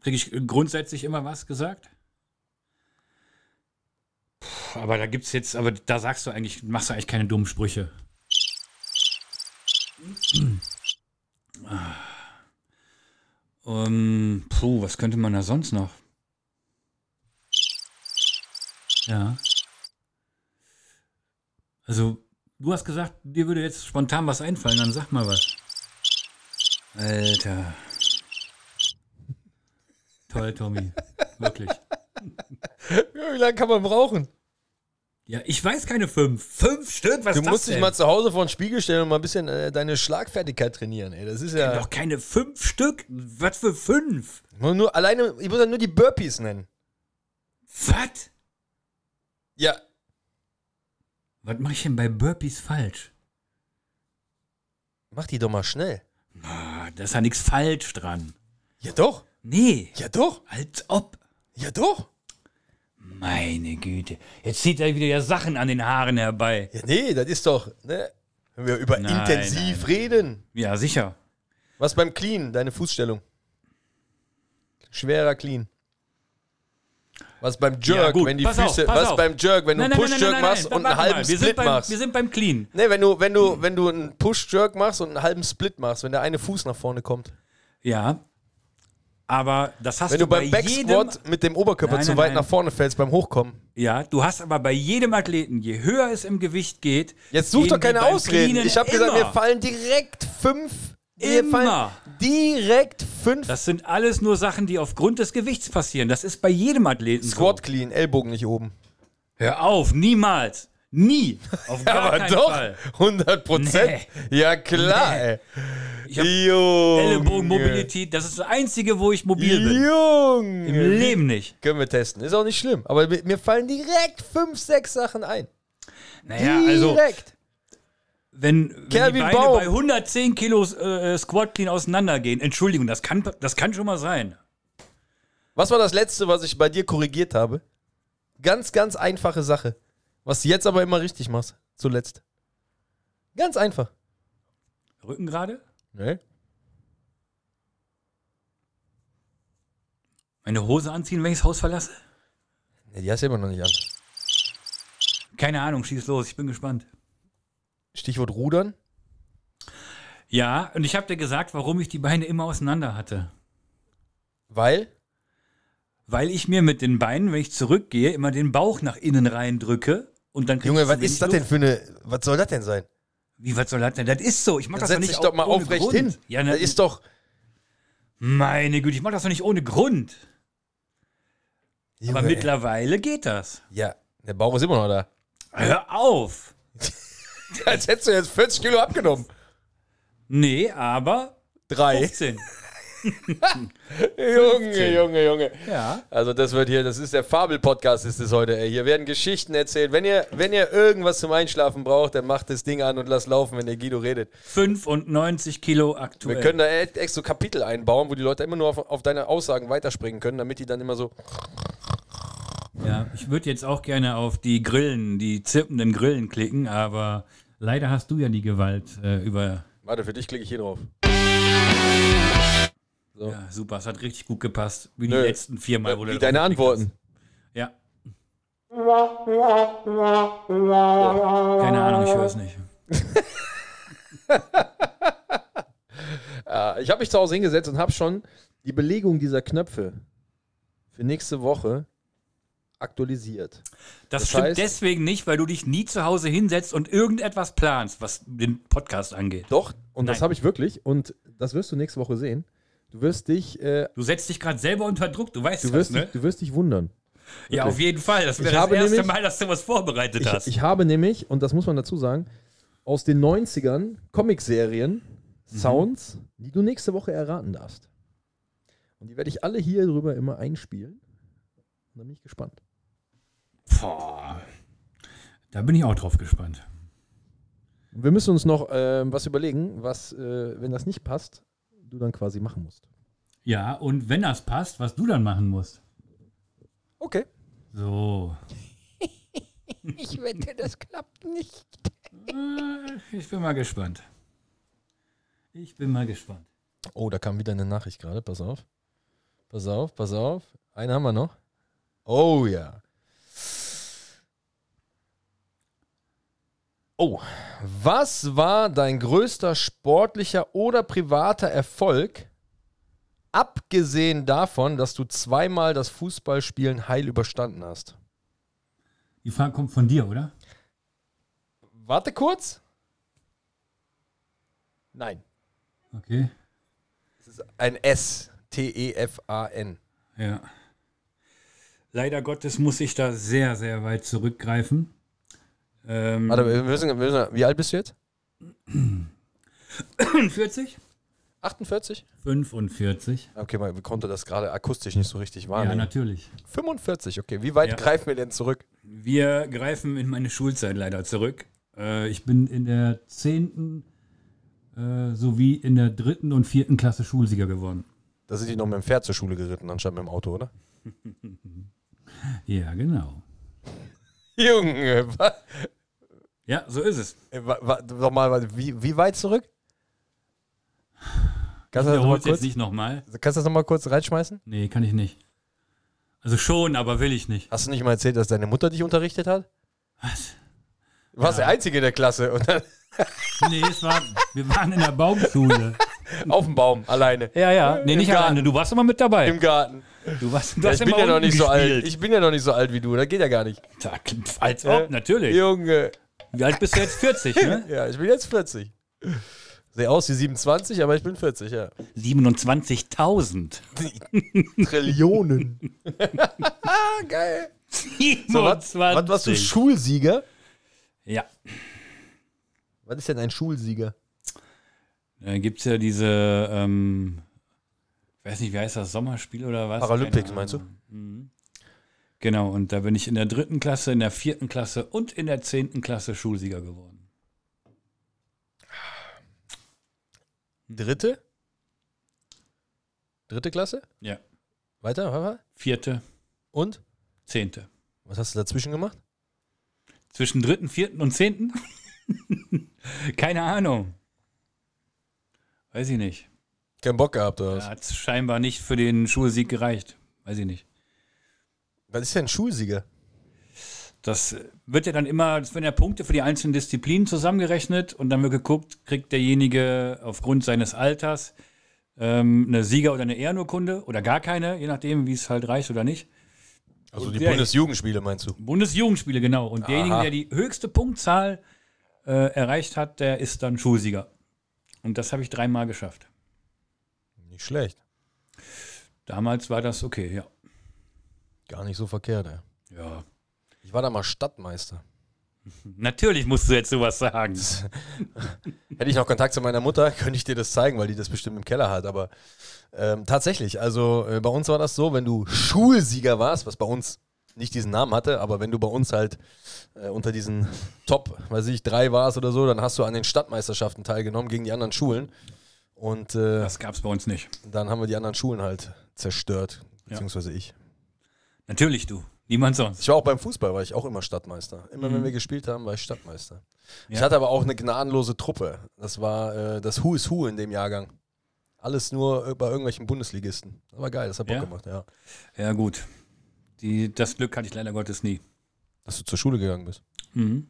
kriege ich grundsätzlich immer was gesagt. Puh, aber da gibt's jetzt, aber da sagst du eigentlich, machst du eigentlich keine dummen Sprüche. Ah. Ähm, puh, was könnte man da sonst noch? Ja. Also, du hast gesagt, dir würde jetzt spontan was einfallen, dann sag mal was. Alter. Toll, Tommy. Wirklich.
Ja, wie lange kann man brauchen?
Ja, ich weiß keine fünf. Fünf Stück? Was
Du
ist das
musst dich
denn?
mal zu Hause vor den Spiegel stellen und mal ein bisschen äh, deine Schlagfertigkeit trainieren, ey. Das ist ja.
Doch keine fünf Stück? Was für fünf?
Nur, nur, alleine, ich muss ja nur die Burpees nennen.
Was?
Ja.
Was mache ich denn bei Burpees falsch?
Mach die doch mal schnell.
Ah, da ist ja nichts falsch dran.
Ja doch.
Nee,
Ja doch.
als ob.
Ja doch.
Meine Güte. Jetzt zieht er wieder ja Sachen an den Haaren herbei.
Ja, nee, das ist doch, ne? Wenn wir über
Nein,
intensiv
nein.
reden.
Ja, sicher.
Was beim Clean, deine Fußstellung? Schwerer Clean. Was beim Jerk,
gut,
wenn die
pass
Füße,
auf, pass
was
auf.
beim Jerk, wenn du einen Push-Jerk machst
Dann
und einen
warte
halben
mal. wir
Split
sind beim,
machst.
Wir sind beim Clean.
Nee, wenn du, wenn du, wenn du einen Push-Jerk machst und einen halben Split machst, wenn der eine Fuß nach vorne kommt.
Ja. Aber das hast
Wenn
du
du beim
bei jedem
Backsquat mit dem Oberkörper
Nein,
zu
nein,
weit
nein.
nach vorne fällst beim Hochkommen.
Ja, du hast aber bei jedem Athleten, je höher es im Gewicht geht.
Jetzt such
gehen
doch
die
keine
beim
Ausreden.
Cleanen
Ich habe gesagt,
immer.
mir fallen direkt fünf. Mir fallen
Immer.
direkt fünf
Das sind alles nur Sachen, die aufgrund des Gewichts passieren. Das ist bei jedem Athleten
Squat Clean, Ellbogen nicht oben.
so. Hör auf, niemals. Nie.
<laughs>
Auf gar
Aber
keinen
doch,
Fall.
100 Prozent. Ja, klar,
Nee.
ey.
Ich hab
Junge.
Ellenbogenmobilität, das ist das Einzige, wo ich mobil bin.
Junge.
Im Leben nicht.
Können wir testen. Ist auch nicht schlimm. Aber mir mir fallen direkt fünf, sechs Sachen ein.
Naja, also,
direkt.
wenn, wenn die
Calvin
Beine
Baum.
bei 110 Kilo äh, Squat Clean auseinandergehen, Entschuldigung, das kann, das kann schon mal sein.
Was war das Letzte, was ich bei dir korrigiert habe? Ganz, ganz einfache Sache. Was du jetzt aber immer richtig machst. Zuletzt. Ganz einfach.
Rücken gerade?
Ne?
Meine Hose anziehen, wenn ich das Haus verlasse?
Nee, die hast du immer noch nicht an.
Keine Ahnung, schieß los, ich bin gespannt.
Stichwort Rudern.
Ja, und ich habe dir gesagt, warum ich die Beine immer auseinander hatte.
Weil.
Weil ich mir mit den Beinen, wenn ich zurückgehe, immer den Bauch nach innen rein drücke und dann krieg ich
Junge,
zu
was
wenig
ist das
Luft.
denn für eine. Was soll das denn sein?
Wie, was soll das denn? Das ist so. Ich mach
Dann
das doch
setz
nicht
dich
au-
doch mal
ohne
aufrecht
Grund.
hin.
Ja, ne. na,
das ist doch.
meine Güte, ich mach das doch nicht ohne Grund.
Junge,
Aber
ey.
mittlerweile geht das.
Ja, der Bauch ist immer noch da. <laughs>
Hör auf.
Als hättest du jetzt 40 Kilo abgenommen.
Nee, aber
Drei.
15.
Junge, Junge, Junge.
ja.
Also das wird hier, das ist der Fabel-Podcast, ist es heute. Ey. Hier werden Geschichten erzählt. Wenn ihr, wenn ihr irgendwas zum Einschlafen braucht, dann macht das Ding an und lasst laufen, wenn der Guido redet.
95 Kilo aktuell.
Wir können da e- extra Kapitel einbauen, wo die Leute immer nur auf, auf deine Aussagen weiterspringen können, damit die dann immer so.
Ja, ich würde jetzt auch gerne auf die Grillen, die zirpenden Grillen klicken, aber leider hast du ja die Gewalt äh, über.
Warte, für dich klicke ich hier drauf.
Ja, super, es hat richtig gut gepasst. Wie die
Nö.
letzten vier Mal, wo du
Wie
drauf
deine
geklickt
Antworten.
hast. Ja. Keine Ahnung, ich höre es nicht.
Ah, ich habe mich zu Hause hingesetzt und habe schon die Belegung dieser Knöpfe für nächste Woche aktualisiert.
Das,
Das
stimmt
heißt-
deswegen nicht, weil du dich nie zu Hause hinsetzt und irgendetwas planst, was den Podcast angeht.
Doch, und das
Nein.
habe ich wirklich. Und das wirst du nächste Woche sehen. Du wirst dich, äh,
Du setzt dich gerade selber unter Druck, du weißt
du,
das,
wirst
ne?
dich du wirst dich wundern.
Ja, auf jeden Fall. Das
Ich
wäre das
habe
erste
nämlich-
Mal, dass du was vorbereitet
Ich,
hast.
ich habe nämlich, und das muss man dazu sagen, aus den 90ern Comicserien,
Mhm.
Sounds, die du nächste Woche erraten darfst. Und die werde ich alle hier drüber immer einspielen. Und dann bin ich gespannt.
Boah. Da bin ich auch drauf gespannt.
Wir müssen uns noch ähm, was überlegen, was, äh, wenn das nicht passt, du dann quasi machen musst.
Ja, und wenn das passt, was du dann machen musst.
Okay.
So.
<laughs> Ich wette, das klappt nicht.
Äh, Ich bin mal gespannt. Ich bin mal gespannt.
Oh, da kam wieder eine Nachricht gerade. Pass auf. Pass auf, pass auf. Eine haben wir noch. Oh ja. Oh, was war dein größter sportlicher oder privater Erfolg, abgesehen davon, dass du zweimal das Fußballspielen heil überstanden hast?
Die Frage kommt von dir, oder?
Warte kurz. Nein,
Okay.
es ist ein S. E T-E-F-A-N.
Ja. Leider Gottes muss ich da sehr, sehr weit zurückgreifen. Ähm,
Warte, wir müssen, wir müssen, wie alt bist du jetzt?
45?
48?
45.
Okay, man konnte das gerade akustisch nicht so richtig
Ja,
wahrnehmen.
natürlich.
45, okay. Wie weit
Ja.
greifen wir denn zurück?
Wir greifen in meine Schulzeit leider zurück. Äh, ich bin in der 10. Äh, sowie in der dritten und vierten Klasse Schulsieger geworden.
Da sind die noch mit dem Pferd zur Schule geritten, anstatt mit dem Auto, oder?
Ja, genau.
<laughs> Junge, wa,
Ja, so ist es.
äh, wa, wa, doch mal, wa- wie, wie weit zurück? Kannst du das nochmal
Wiederhol's
kurz,
jetzt nicht nochmal.
kannst du das noch mal kurz reinschmeißen?
Nee, kann ich nicht. Also schon, aber will ich nicht.
Hast du nicht mal erzählt, dass deine Mutter dich unterrichtet hat?
Was?
Du warst der Einzige in der Klasse und dann <laughs>
Nee, es war, wir waren in der Baumschule.
auf dem Baum, alleine.
<laughs> Ja, ja. Nee, nicht
Garten.
alleine. Du warst immer mit dabei.
Im Garten.
Du warst
Ja, ich bin ja noch nicht so alt. Ich bin ja noch nicht so alt wie du, das geht ja gar nicht.
alt. Als ob, natürlich.
Junge.
Wie alt bist du jetzt? 40, <laughs> ne?
Ja, ich bin jetzt 40. Sehe aus wie 27, aber ich bin 40, ja.
27.000.
Trillionen. <laughs> Geil. So, was, was warst du?
27.
Schulsieger?
Ja.
Was ist denn ein Schulsieger?
Dann gibt es Äh, ja diese, ähm, ich weiß nicht, wie heißt das, Sommerspiel oder was?
Paralympics,
Keine
meinst du?
Ahnung. Mhm. Genau, und da bin ich in der dritten Klasse, in der vierten Klasse und in der zehnten Klasse Schulsieger geworden.
Dritte? Dritte Klasse?
Ja.
Weiter, weiter.
Vierte,
Und?
zehnte.
Was hast du dazwischen gemacht?
Zwischen dritten, vierten und zehnten? <laughs> Keine Ahnung. Weiß ich nicht.
Keinen Bock gehabt, oder was?
Hat es scheinbar nicht für den Schulsieg gereicht. Weiß ich nicht.
Was ist denn ein Schulsieger?
Das wird ja dann immer, es werden ja Punkte für die einzelnen Disziplinen zusammengerechnet und dann wird geguckt, kriegt derjenige aufgrund seines Alters ähm, eine Sieger- oder eine Ehrenurkunde oder gar keine, je nachdem, wie es halt reicht oder nicht.
Also
Und
die
der-
Bundesjugendspiele meinst du?
Bundesjugendspiele, genau. Und derjenige, der die höchste Punktzahl äh, erreicht hat, der ist dann Schulsieger. Und das habe ich dreimal geschafft.
Nicht schlecht.
Damals war das okay, ja.
Gar nicht so verkehrt, ey.
Ja.
Ich war da mal Stadtmeister.
Natürlich musst du jetzt sowas sagen.
Hätte ich noch Kontakt zu meiner Mutter, <laughs> könnte ich dir das zeigen, weil die das bestimmt im Keller hat. Aber ähm, tatsächlich, also äh, bei uns war das so, wenn du Schulsieger warst, was bei uns nicht diesen Namen hatte, aber wenn du bei uns halt äh, unter diesen Top, weiß ich, drei warst oder so, dann hast du an den Stadtmeisterschaften teilgenommen gegen die anderen Schulen. Und äh,
Das gab es bei uns nicht.
dann haben wir die anderen Schulen halt zerstört, beziehungsweise ich.
Natürlich du. Niemand sonst.
Ich war auch beim Fußball, war ich auch immer Stadtmeister. Immer wenn wir gespielt haben, war ich Stadtmeister. Ich
Ja.
hatte aber auch eine gnadenlose Truppe. Das war äh, das Who is Who in dem Jahrgang. Alles nur bei irgendwelchen Bundesligisten. Das war geil, das hat Bock
Ja?
gemacht, ja.
Ja, gut. Die, das Glück hatte ich leider Gottes nie.
Dass du zur Schule gegangen bist.
Mhm.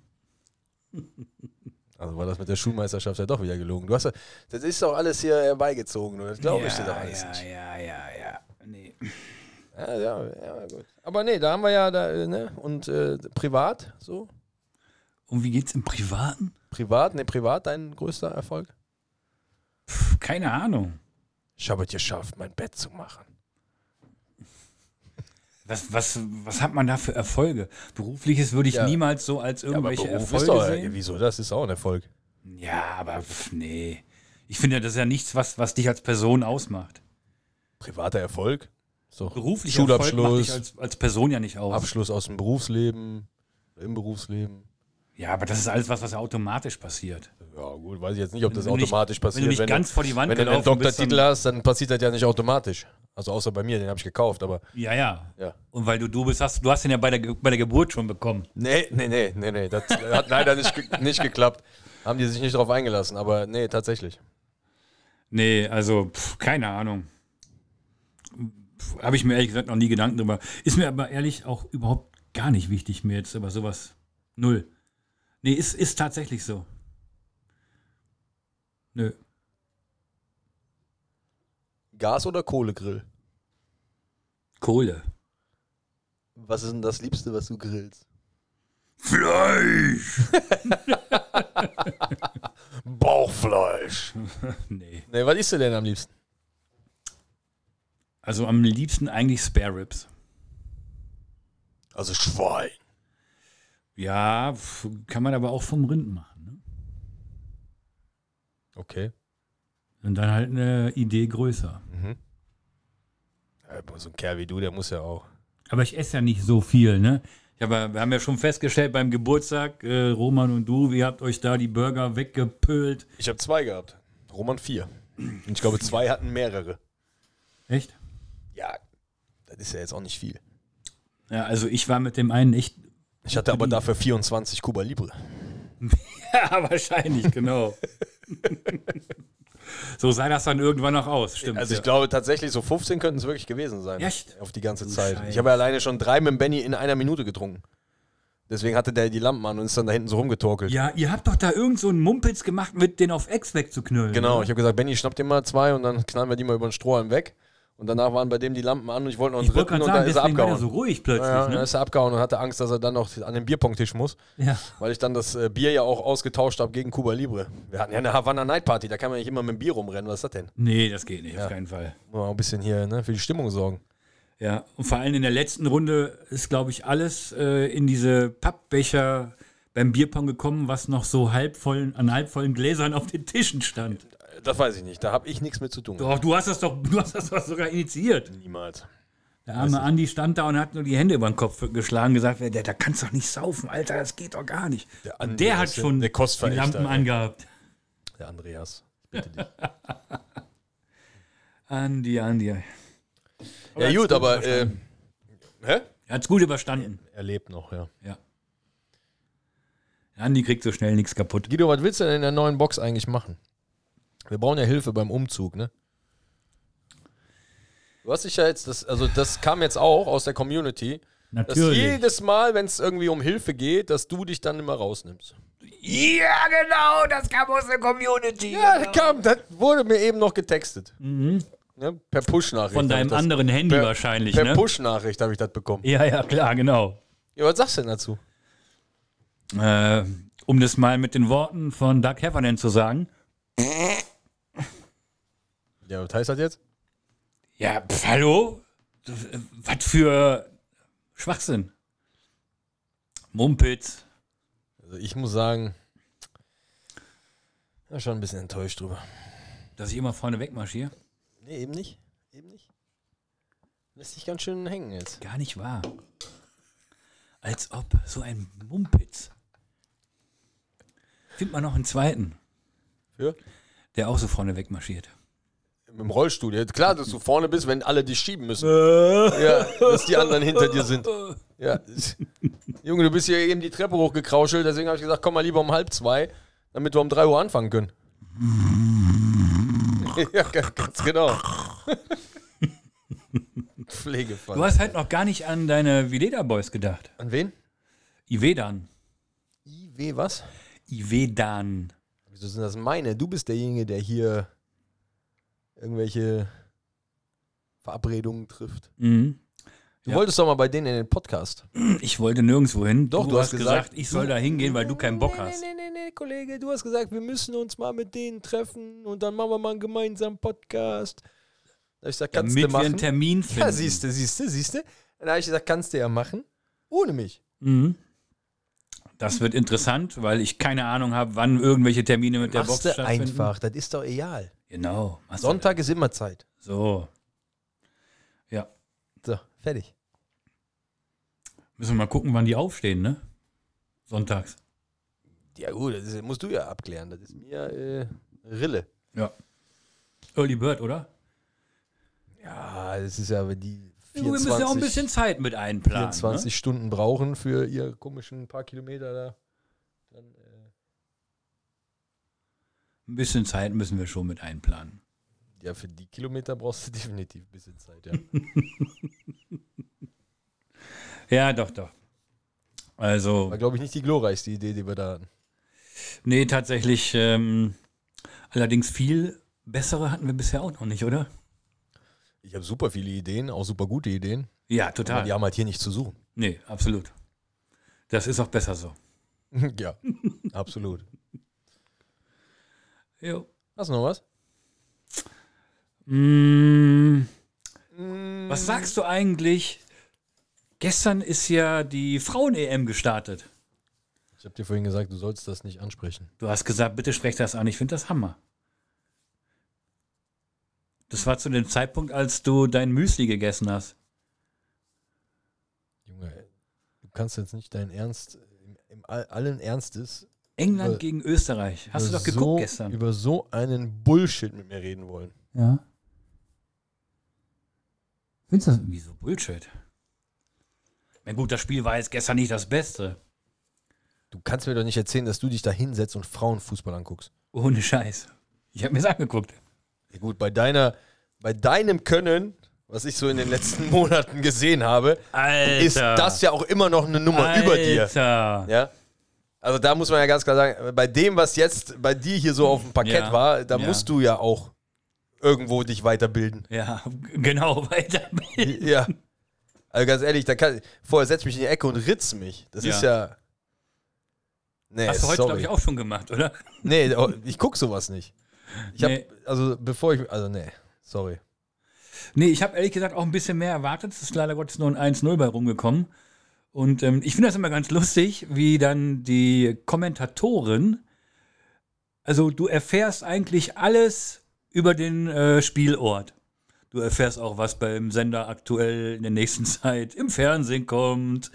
Also war das mit der Schulmeisterschaft ja doch wieder gelogen. Du hast ja, das ist doch alles hier herbeigezogen, oder? Das glaube ich dir doch alles
ja,
nicht.
Ja, ja, ja. Nee.
Ja, ja, ja, gut. Aber nee, da haben wir ja, da, äh, ne? Und äh, privat, so?
Und wie geht's im Privaten?
Privat, ne, privat dein größter Erfolg?
Pff, keine Ahnung.
Ich habe es geschafft, mein Bett zu machen.
Was, was, was hat man da für Erfolge? Berufliches würde ich
Ja.
niemals so als irgendwelche
ist
Erfolge
doch,
sehen.
wieso, das ist auch ein Erfolg.
Ja, aber pff, nee. Ich finde, das ist ja nichts, was, was dich als Person ausmacht.
Privater Erfolg? So.
Beruflicher
Schulabschluss.
Erfolg macht dich als, als Person ja nicht aus.
Abschluss aus dem Berufsleben, im Berufsleben.
Ja, aber das ist alles was, was automatisch passiert.
Ja, gut, weiß ich jetzt nicht, ob das
du nicht-
automatisch
wenn du
passiert.
nicht ganz vor die Wand
Wenn du einen
gelaufen bist,
Doktortitel hast, dann passiert das ja nicht automatisch. Also außer bei mir, den habe ich gekauft, aber.
Ja, ja.
Ja.
Und weil du du bist, hast du hast den ja bei der, Ge- bei der Geburt schon bekommen.
Nee, nee, nee, nee, nee. Das hat <laughs> leider nicht, ge- nicht geklappt. Haben die sich nicht drauf eingelassen, aber nee, tatsächlich.
Nee, also pf, keine Ahnung. Habe ich mir ehrlich gesagt noch nie Gedanken drüber. Ist mir aber ehrlich auch überhaupt gar nicht wichtig mir jetzt über sowas. Null. Nee, ist, ist tatsächlich so. Nö.
Gas- oder Kohlegrill?
Kohle.
Was ist denn das Liebste, was du grillst?
Fleisch! <laughs>
Bauchfleisch.
Nee.
Nee, was isst du denn am liebsten?
Also am liebsten eigentlich Spare Ribs.
Also Schwein.
Ja, pf, kann man aber auch vom Rind machen. Ne?
Okay.
Und dann halt eine Idee größer.
Ja, So ein Kerl wie du, der muss ja auch.
Aber ich esse ja nicht so viel, ne? Ich hab, ja- wir haben ja schon festgestellt beim Geburtstag, äh, Roman und du, ihr habt euch da die Burger weggepölt.
Ich habe zwei gehabt. Roman vier. Und ich glaube, zwei hatten mehrere.
Echt?
Ja, das ist ja jetzt auch nicht viel.
Ja, also ich war mit dem einen echt. <laughs>
Ich hatte aber dafür 24 Cuba Libre.
ja, wahrscheinlich, <laughs> genau. so sah das dann irgendwann noch aus, stimmt.
Also ich
ja.
glaube tatsächlich, so 15 könnten es wirklich gewesen sein.
Echt?
Auf die ganze
Du
Zeit.
Scheiße.
Ich habe ja alleine schon drei mit dem Benny in einer Minute getrunken. Deswegen hatte der die Lampen an und ist dann da hinten so rumgetorkelt.
ja, ihr habt doch da irgend so einen Mumpitz gemacht, mit den auf Ex wegzuknüllen.
Genau,
ne?
ich habe gesagt, Benny, schnapp dir mal zwei und dann knallen wir die mal über den Strohhalm weg. Und danach waren bei dem die Lampen an und ich wollte noch einen
Ich wollte
dritten
gerade
und dann
sagen,
ist er
deswegen war der
abgehauen.
so ruhig plötzlich,
ja, ja,
ne?
Dann ist er abgehauen und hatte Angst, dass er dann noch an den Bierpongtisch muss,
ja.
weil ich dann das äh, Bier ja auch ausgetauscht habe gegen Cuba Libre. Wir hatten ja eine Havana Night Party, da kann man nicht immer mit dem Bier rumrennen. Was ist das denn?
Nee, das geht nicht, auf keinen Fall.
Muss man auch ein bisschen hier ne, für die Stimmung sorgen.
Ja, und vor allem in der letzten Runde ist, glaube ich, alles äh, in diese Pappbecher beim Bierpong gekommen, was noch so halbvollen, an halbvollen Gläsern auf den Tischen stand.
Äh, Das weiß ich nicht, da habe ich nichts mit zu tun.
Doch, du hast das doch, du hast das doch sogar initiiert.
Niemals.
Der arme Andi stand da und hat nur die Hände über den Kopf geschlagen gesagt, der, der kann doch nicht saufen, Alter, das geht doch gar nicht.
Der
und
Andi,
der hat
weißt du,
schon
der
die
Kostverächter,
Lampen
ey.
angehabt.
Der Andreas. Bitte dich.
Andi, Andi.
ja,
hat's
gut,
gut
aber. Äh,
überstanden.
hä?
Er hat's gut überstanden.
Er lebt noch, ja.
Ja. Andi kriegt so schnell nichts kaputt.
Guido, was willst du denn in der neuen Box eigentlich machen? Wir brauchen ja Hilfe beim Umzug, ne? Du hast dich ja jetzt, das, also das kam jetzt auch aus der Community, dass
Natürlich.
jedes Mal, wenn es irgendwie um Hilfe geht, dass du dich dann immer rausnimmst.
Ja, genau, das kam aus der Community. genau.
Ja, das kam, das wurde mir eben noch getextet. Ne? Per Push-Nachricht.
Mhm.
hab
Von
ich
deinem
das-
anderen Handy
per,
wahrscheinlich,
Per
ne?
Push-Nachricht habe ich das bekommen.
Ja, ja, klar, genau.
Ja, was sagst du denn dazu?
Äh, um das mal mit den Worten von Doug Heffernan zu sagen.
Ja, was heißt das jetzt?
Ja, pf, hallo? Das, äh, Was für Schwachsinn. Mumpitz.
Also ich muss sagen, ja, schon ein bisschen enttäuscht drüber.
Dass ich immer vorne wegmarschiere?
Nee, eben nicht. Eben nicht. Lässt sich ganz schön hängen jetzt.
Gar nicht wahr. Als ob so ein Mumpitz. Find mal noch einen zweiten,
Für?
der auch so vorne wegmarschiert.
Im Rollstuhl. Ja, klar, dass du vorne bist, wenn alle dich schieben müssen. ja, dass die anderen hinter dir sind. Ja. Junge, du bist hier eben die Treppe hochgekrauschelt, deswegen habe ich gesagt, komm mal lieber um halb zwei, damit wir um drei Uhr anfangen können. <laughs> ja, ga- ganz genau. <laughs> Pflegefall.
Du hast halt noch gar nicht an deine Vileda Boys gedacht.
An wen?
Ivedan.
IW was?
Ivedan.
Wieso sind das meine? Du bist derjenige, der hier irgendwelche Verabredungen trifft.
Mhm.
Du
Ja.
wolltest doch mal bei denen in den Podcast.
Ich wollte nirgendwo hin.
Doch, du hast gesagt,
ich soll da hingehen, weil du keinen Bock
nee,
hast.
Nee, nee, nee, nee, Kollege, du hast gesagt, wir müssen uns mal mit denen treffen und dann machen wir mal einen gemeinsamen Podcast. Da hab ich gesagt, kannst
Damit
du
wir einen
machen.
Termin finden.
Ja, siehst du, siehst du, siehst du. Dann habe ich gesagt, kannst du ja machen. Ohne mich.
Mhm. Das wird interessant, weil ich keine Ahnung habe, wann irgendwelche Termine mit der Box
Machst du
stattfinden.
einfach, das ist doch egal.
Genau. machst du-
Sonntag ist immer Zeit.
So. Ja.
So, fertig.
Müssen wir mal gucken, wann die aufstehen, ne? Sonntags.
Ja, gut, das ist- musst du ja abklären. Das ist mir äh, Rille.
Ja. Early Bird, oder?
Ja, das ist ja, wenn die
Wir müssen ja auch
24,
ein bisschen Zeit mit einplanen.
24 Stunden brauchen für ihre komischen paar Kilometer da. Dann, äh,
Ne? Ein bisschen Zeit müssen wir schon mit einplanen.
ja, für die Kilometer brauchst du <laughs> definitiv ein bisschen Zeit, ja.
Ja, doch, doch. Also,
War, glaube ich, nicht die glorreichste Idee, die wir da hatten.
nee, tatsächlich. Ähm, allerdings viel bessere hatten wir bisher auch noch nicht, oder?
Ich habe super viele Ideen, auch super gute Ideen.
Ja,
Aber
total.
die haben halt hier nichts zu suchen.
Nee, absolut. Das ist auch besser so.
<laughs> ja, <laughs> absolut.
Jo.
Hast du noch was?
Mm,
Mm.
was sagst du eigentlich? Gestern ist ja die Frauen-EM gestartet.
Ich habe dir vorhin gesagt, du sollst das nicht ansprechen.
Du hast gesagt, bitte sprech das an. Ich finde das Hammer. Das war zu dem Zeitpunkt, als du dein Müsli gegessen hast.
Junge, du kannst jetzt nicht deinen Ernst, im, im all, allen Ernstes,
England
Über-
gegen Österreich. Hast du
über
doch geguckt
Äh, so,
gestern.
über so einen Bullshit mit mir reden wollen.
Ja. Findest du das wieso Bullshit? Na gut, das Spiel war jetzt gestern nicht das Beste.
Du kannst mir doch nicht erzählen, dass du dich da hinsetzt und Frauenfußball anguckst.
Ohne Scheiß. Ich habe mir's angeguckt.
Ja gut, bei deiner, bei deinem Können, was ich so in den letzten <laughs> Monaten gesehen habe,
Alter.
ist das ja auch immer noch eine Nummer über dir.
Alter.
Ja. Also da muss man ja ganz klar sagen, bei dem, was jetzt bei dir hier so auf dem Parkett
Ja.
war, da
Ja.
musst du ja auch irgendwo dich
<laughs>
weiterbilden.
Ja, g- genau, weiter.
ja. Also ganz ehrlich, da kann, vorher setz mich in die Ecke und ritz mich. Das
Ja.
ist ja. Nee,
Hast du heute, glaube
sorry.
ich, auch schon gemacht, oder?
Nee, oh, ich guck sowas nicht. Ich
Nee.
hab, also bevor ich, also nee, sorry.
Nee, ich habe ehrlich gesagt auch ein bisschen mehr erwartet. Es ist leider Gottes nur ein 1-0 bei rumgekommen. Und ähm, ich finde das immer ganz lustig, wie dann die Kommentatoren, also du erfährst eigentlich alles über den äh, Spielort. Du erfährst auch, was beim Sender aktuell in der nächsten <laughs> Zeit im Fernsehen kommt.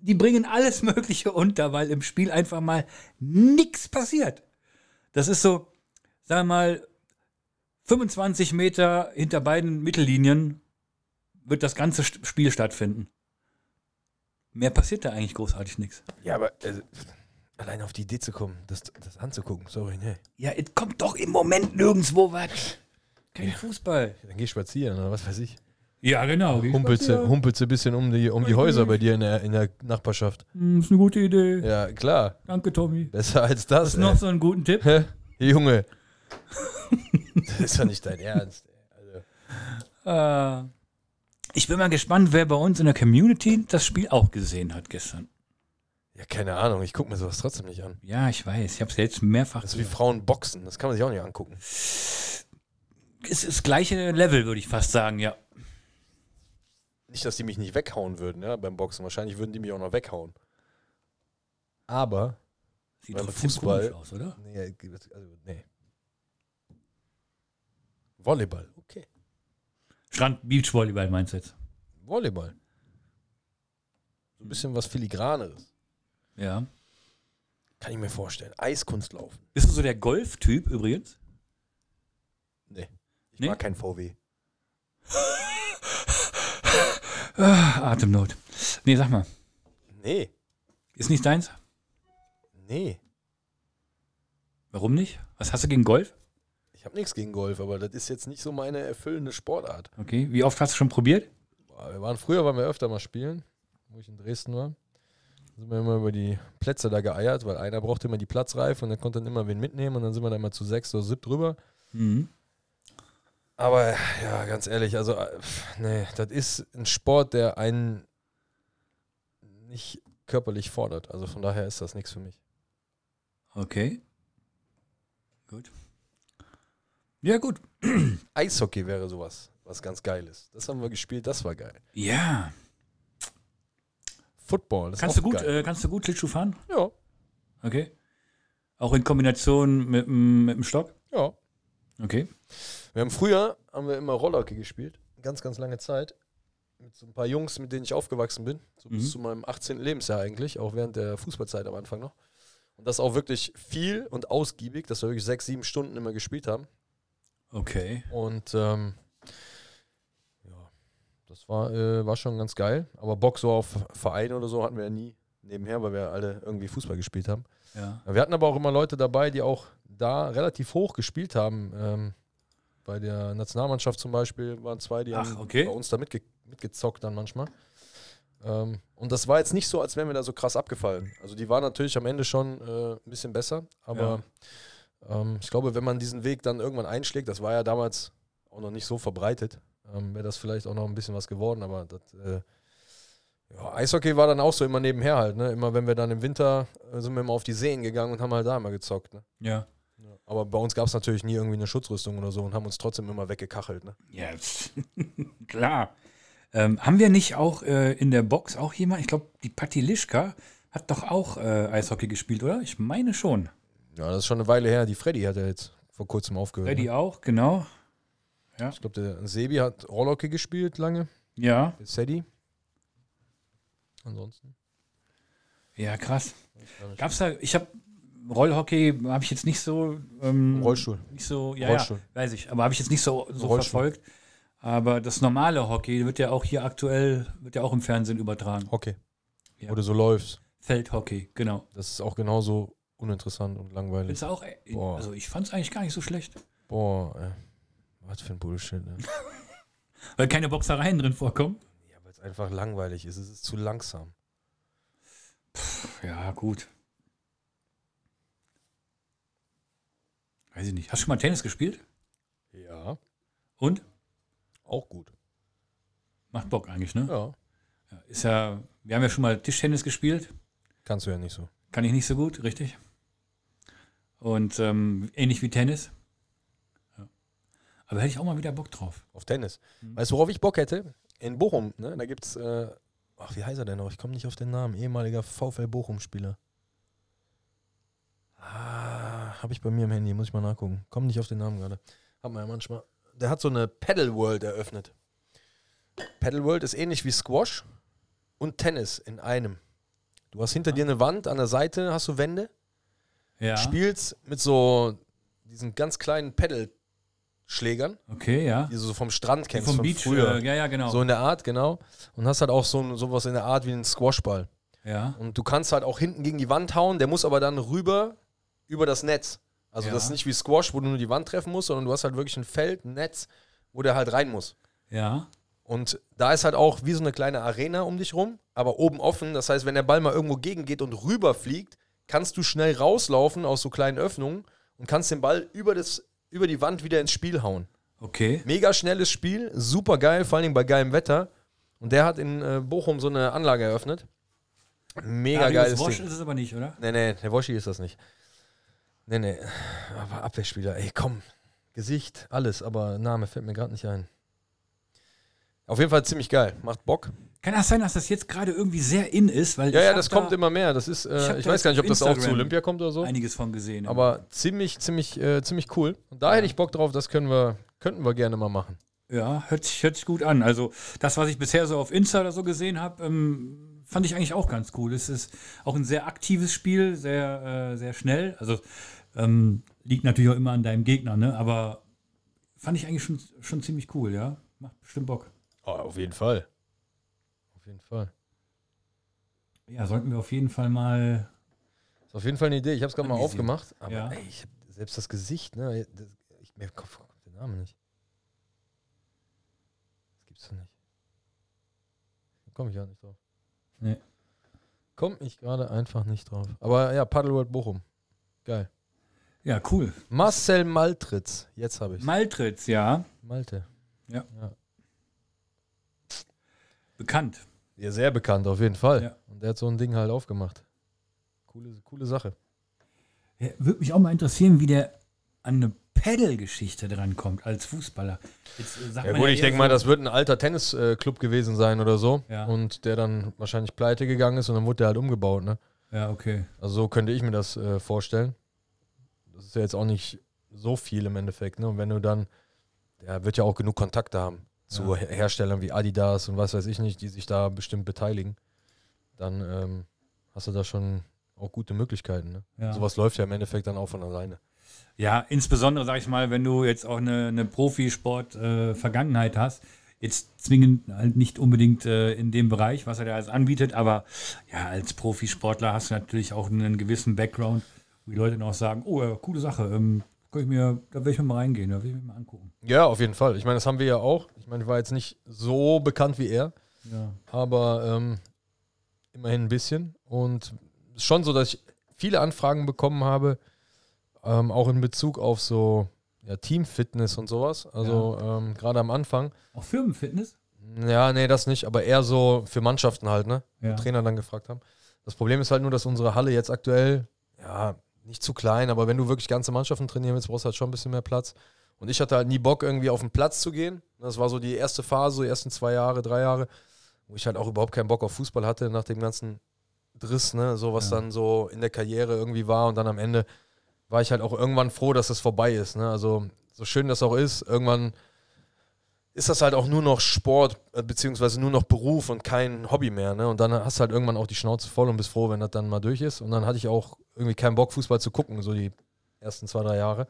Die bringen alles Mögliche unter, weil im Spiel einfach mal nichts passiert. Das ist so, sagen wir mal, 25 Meter hinter beiden Mittellinien wird das ganze St- Spiel stattfinden. Mehr passiert da eigentlich großartig nichts.
Ja, aber äh, allein auf die Idee zu kommen, das, das anzugucken, sorry, nee.
Ja, es kommt doch im Moment nirgendwo was. Kein Fußball.
Dann geh spazieren oder was weiß ich.
Ja, genau.
Humpelze, humpelze ein bisschen um die, um die Häuser bei dir in der, in der Nachbarschaft.
Hm, ist eine gute Idee.
Ja, klar.
Danke, Tommy.
Besser als das.
Noch so einen guten Tipp.
ey. Junge. das ist doch nicht dein Ernst. ey. Also,
Äh, ich bin mal gespannt, wer bei uns in der Community das Spiel auch gesehen hat gestern.
ja, keine Ahnung. Ich gucke mir sowas trotzdem nicht an.
Ja, ich weiß. Ich habe es ja jetzt mehrfach.
Das ist wie Frauen boxen. Das kann man sich auch nicht angucken.
Es ist das gleiche Level, würde ich fast sagen, ja.
Nicht, dass die mich nicht weghauen würden ja, beim Boxen. Wahrscheinlich würden die mich auch noch weghauen. Aber.
Sieht
Beim
trotzdem
Fußball-
komisch aus, oder?
Nee, also, nee. Volleyball. Okay.
Strand Beachvolleyball meinst du jetzt?
Volleyball. So ein bisschen was Filigraneres.
Ja.
Kann ich mir vorstellen. Eiskunstlaufen.
Bist du so der Golf-Typ übrigens?
Nee. Ich
Nee?
mag kein VW.
Ah, Atemnot. Nee, sag mal.
Nee.
Ist nicht deins?
Nee.
Warum nicht? Was hast du gegen Golf?
Ich habe nichts gegen Golf, aber das ist jetzt nicht so meine erfüllende Sportart.
Okay. Wie oft hast du schon probiert?
Boah, Wir waren früher, waren wir öfter mal spielen, wo ich in Dresden war. Da sind wir immer über die Plätze da geeiert, weil einer brauchte immer die Platzreife und dann konnte dann immer wen mitnehmen und dann sind wir da immer zu sechs oder sieb drüber.
Mhm.
Aber ja, ganz ehrlich, also äh, pf, nee, das ist ein Sport, der einen nicht körperlich fordert. Also von daher ist das nichts für mich.
Okay. Gut. Ja, gut.
Eishockey wäre sowas, was ganz geil ist. Das haben wir gespielt, das war geil.
Ja.
Football, das
Kannst
ist
du
auch
gut,
geil.
äh, kannst du gut Schlittschuh fahren?
ja,
Okay. Auch in Kombination mit, dem- mit dem Stock?
ja.
Okay.
Wir haben früher haben wir immer Rollhockey gespielt, ganz ganz lange Zeit mit so ein paar Jungs, mit denen ich aufgewachsen bin, so
Mhm.
bis zu meinem 18. Lebensjahr eigentlich, auch während der Fußballzeit am Anfang noch. Und das auch wirklich viel und ausgiebig, dass wir wirklich sechs, sieben Stunden immer gespielt haben.
Okay.
Und ähm, ja, das war, äh, war schon ganz geil. Aber Bock so auf Vereine oder so hatten wir ja nie nebenher, weil wir alle irgendwie Fußball gespielt haben.
Ja.
Wir hatten aber auch immer Leute dabei, die auch da relativ hoch gespielt haben. Ähm, bei der Nationalmannschaft zum Beispiel waren zwei, die
Ach,
haben
okay.
bei uns da mitge mitgezockt dann manchmal. Ähm, und das war jetzt nicht so, als wären wir da so krass abgefallen. Also die waren natürlich am Ende schon äh, ein bisschen besser, aber ähm, ich glaube, wenn man diesen Weg dann irgendwann einschlägt, das war ja damals auch noch nicht so verbreitet, ähm, wäre das vielleicht auch noch ein bisschen was geworden, aber das äh, ja, Eishockey war dann auch so immer nebenher halt, ne? Immer wenn wir dann im Winter äh, sind wir immer auf die Seen gegangen und haben halt da immer gezockt, ne?
Ja.
Aber bei uns gab es natürlich nie irgendwie eine Schutzrüstung oder so und haben uns trotzdem immer weggekachelt, ne?
Ja, pff, <laughs> klar. Ähm, haben wir nicht auch äh, in der Box auch jemand? Ich glaube, die Patti Lischka hat doch auch äh, Eishockey gespielt, oder? Ich meine schon.
Ja, das ist schon eine Weile her. Die Freddy hat ja jetzt vor kurzem aufgehört.
Freddy
Ne?
auch, genau.
Ich glaube, der Sebi hat Rollhockey gespielt lange.
Ja.
Der Sedi. Ansonsten.
Ja, krass.
gar nicht.
Gab's da, ich habe Rollhockey, habe ich jetzt nicht so. Ähm,
Rollstuhl.
nicht so, ja,
Rollstuhl.
ja, weiß ich, aber habe ich jetzt nicht so, so
Rollstuhl.
verfolgt. Aber das normale Hockey wird ja auch hier aktuell, wird ja auch im Fernsehen übertragen.
Hockey.
Ja.
Wo du so läufst.
Feldhockey, genau.
Das ist auch genauso uninteressant und langweilig.
Findest du auch, äh,
Boah.
also ich fand es eigentlich gar nicht so schlecht.
Boah, ey. Was für ein Bullshit, ne?
Weil keine Boxereien drin vorkommen.
ja, weil es einfach langweilig ist. Es ist zu langsam.
Ja, gut. Weiß ich nicht. Hast du schon mal Tennis gespielt?
Ja.
Und?
Auch gut.
Macht Bock eigentlich, ne?
Ja.
Ist ja, wir haben ja schon mal Tischtennis gespielt.
Kannst du ja nicht so.
Kann ich nicht so gut, richtig. Und ähm, ähnlich wie Tennis. Ja. Aber hätte ich auch mal wieder Bock drauf.
Auf Tennis.
Mhm.
Weißt du, worauf ich Bock hätte? In Bochum, ne? Da gibt's, äh, ach, wie heißt er denn noch? Ich komme nicht auf den Namen. Ehemaliger VfL Bochum-Spieler. Ah, habe ich bei mir im Handy, muss ich mal nachgucken. Komm nicht auf den Namen gerade. Hat man ja manchmal. Der hat so eine Paddle World eröffnet. Paddle World ist ähnlich wie Squash und Tennis in einem. Du hast hinter dir eine Wand, an der Seite hast du Wände
Ah. Ja.
spielst mit so diesen ganz kleinen Pedalschlägern,
Okay, ja.
die du so vom Strand kennst,
Vom
von
Beach.
früher.
Äh, ja, ja, genau.
So in der Art, genau. Und hast halt auch so ein- sowas in der Art wie einen Squashball.
ja.
Und du kannst halt auch hinten gegen die Wand hauen, der muss aber dann rüber über das Netz. Also
Ja.
das ist nicht wie Squash, wo du nur die Wand treffen musst, sondern du hast halt wirklich ein Feld, ein Netz, wo der halt rein muss.
Ja.
Und da ist halt auch wie so eine kleine Arena um dich rum, aber oben offen. Das heißt, wenn der Ball mal irgendwo gegengeht und rüberfliegt, kannst du schnell rauslaufen aus so kleinen Öffnungen und kannst den Ball über, das, über die Wand wieder ins Spiel hauen.
Okay.
Mega schnelles Spiel, super geil, vor allen Dingen bei geilem Wetter. Und der hat in äh, Bochum so eine Anlage eröfnet. Mega
Arius
geiles
Bosch
Ding.
ist es aber nicht, oder?
Nee, nee, der Woschi ist das nicht. Nee, nee. Aber Abwehrspieler, ey, komm. Gesicht, alles, aber Name fällt mir gerade nicht ein. Auf jeden Fall ziemlich geil. Macht Bock.
Kann das sein, dass das jetzt gerade irgendwie sehr in ist? Weil
Ja,
ich
ja,
hab
das
da
kommt immer mehr. Das ist,
Ich hab
äh, ich
da
weiß gar nicht, ob das auch zu
Instagram
Olympia kommt oder so.
einiges von gesehen.
Aber ziemlich, ziemlich, äh, ziemlich cool. Und da hätte ich Bock drauf, das können wir, könnten wir gerne mal machen.
ja, hört sich, hört sich gut an. Also das, was ich bisher so auf Insta oder so gesehen habe, ähm, fand ich eigentlich auch ganz cool. Es ist auch ein sehr aktives Spiel, sehr, äh, sehr schnell. Also ähm, liegt natürlich auch immer an deinem Gegner, ne? Aber fand ich eigentlich schon, schon ziemlich cool, ja. Macht bestimmt Bock.
auf jeden Fall. Auf jeden Fall.
Ja, sollten wir auf jeden Fall mal.
Ist auf jeden Fall eine Idee. Ich habe es gerade mal
Anvisiert.
aufgemacht. Aber
Ja.
ey, ich hab selbst das Gesicht, ne? Das, ich, mir kommt, kommt der Name nicht. Das gibt's doch nicht. Komme ich gar nicht drauf.
Nee.
Komme ich gerade einfach nicht drauf. Aber ja, Paddleworld Bochum. Geil.
Ja, cool.
Marcel Maltritz. Jetzt habe ich
Maltritz, ja.
Malte.
Bekannt.
Ja, sehr bekannt auf jeden Fall.
Ja.
Und der hat so ein Ding halt aufgemacht. Coole, coole Sache.
Ja, Würde mich auch mal interessieren, wie der an eine Pedal-Geschichte drankommt als Fußballer. Jetzt äh, sagt
Ja
man
gut, ich
eher
denke
so-
mal, das wird ein alter Tennisclub gewesen sein oder so.
Ja.
Und der dann wahrscheinlich pleite gegangen ist und dann wurde der halt umgebaut. Ne?
Ja, okay.
Also so könnte ich mir das äh, vorstellen. Das ist ja jetzt auch nicht so viel im Endeffekt. Ne? Und wenn du dann, der wird ja auch genug Kontakte haben zu Her- Herstellern wie Adidas und was weiß ich nicht, die sich da bestimmt beteiligen, dann ähm, hast du da schon auch gute Möglichkeiten. Ne?
Ja.
Sowas läuft ja im Endeffekt dann auch von alleine.
Ja, insbesondere, sag ich mal, wenn du jetzt auch eine, eine Profisport-Vergangenheit hast. Jetzt zwingend halt nicht unbedingt äh, in dem Bereich, was er da alles anbietet, aber ja, als Profisportler hast du natürlich auch einen gewissen Background, wo die Leute noch sagen, oh, ja, coole Sache, ähm, kann ich mir, da will ich mir mal reingehen, da will ich mir mal angucken.
Ja, auf jeden Fall. Ich meine, das haben wir ja auch. Ich meine, ich war jetzt nicht so bekannt wie er,
Ja.
aber ähm, immerhin ein bisschen. Und es ist schon so, dass ich viele Anfragen bekommen habe, ähm, auch in Bezug auf so ja, Teamfitness und sowas. Also ähm, gerade am Anfang.
Auch Firmenfitness?
Ja, nee, das nicht, aber eher so für Mannschaften halt, ne?
Ja.
Trainer dann gefragt haben. Das Problem ist halt nur, dass unsere Halle jetzt aktuell, ja, nicht zu klein, aber wenn du wirklich ganze Mannschaften trainieren willst, brauchst du halt schon ein bisschen mehr Platz. Und ich hatte halt nie Bock, irgendwie auf den Platz zu gehen. Das war so die erste Phase, so die ersten zwei Jahre, drei Jahre, wo ich halt auch überhaupt keinen Bock auf Fußball hatte, nach dem ganzen Driss, ne? So was
Ja.
dann so in der Karriere irgendwie war. Und dann am Ende war ich halt auch irgendwann froh, dass das vorbei ist, ne? Also, so schön das auch ist, irgendwann ist das halt auch nur noch Sport, äh, beziehungsweise nur noch Beruf und kein Hobby mehr. Ne? Und dann hast du halt irgendwann auch die Schnauze voll und bist froh, wenn das dann mal durch ist. Und dann hatte ich auch irgendwie keinen Bock, Fußball zu gucken, so die ersten zwei, drei Jahre.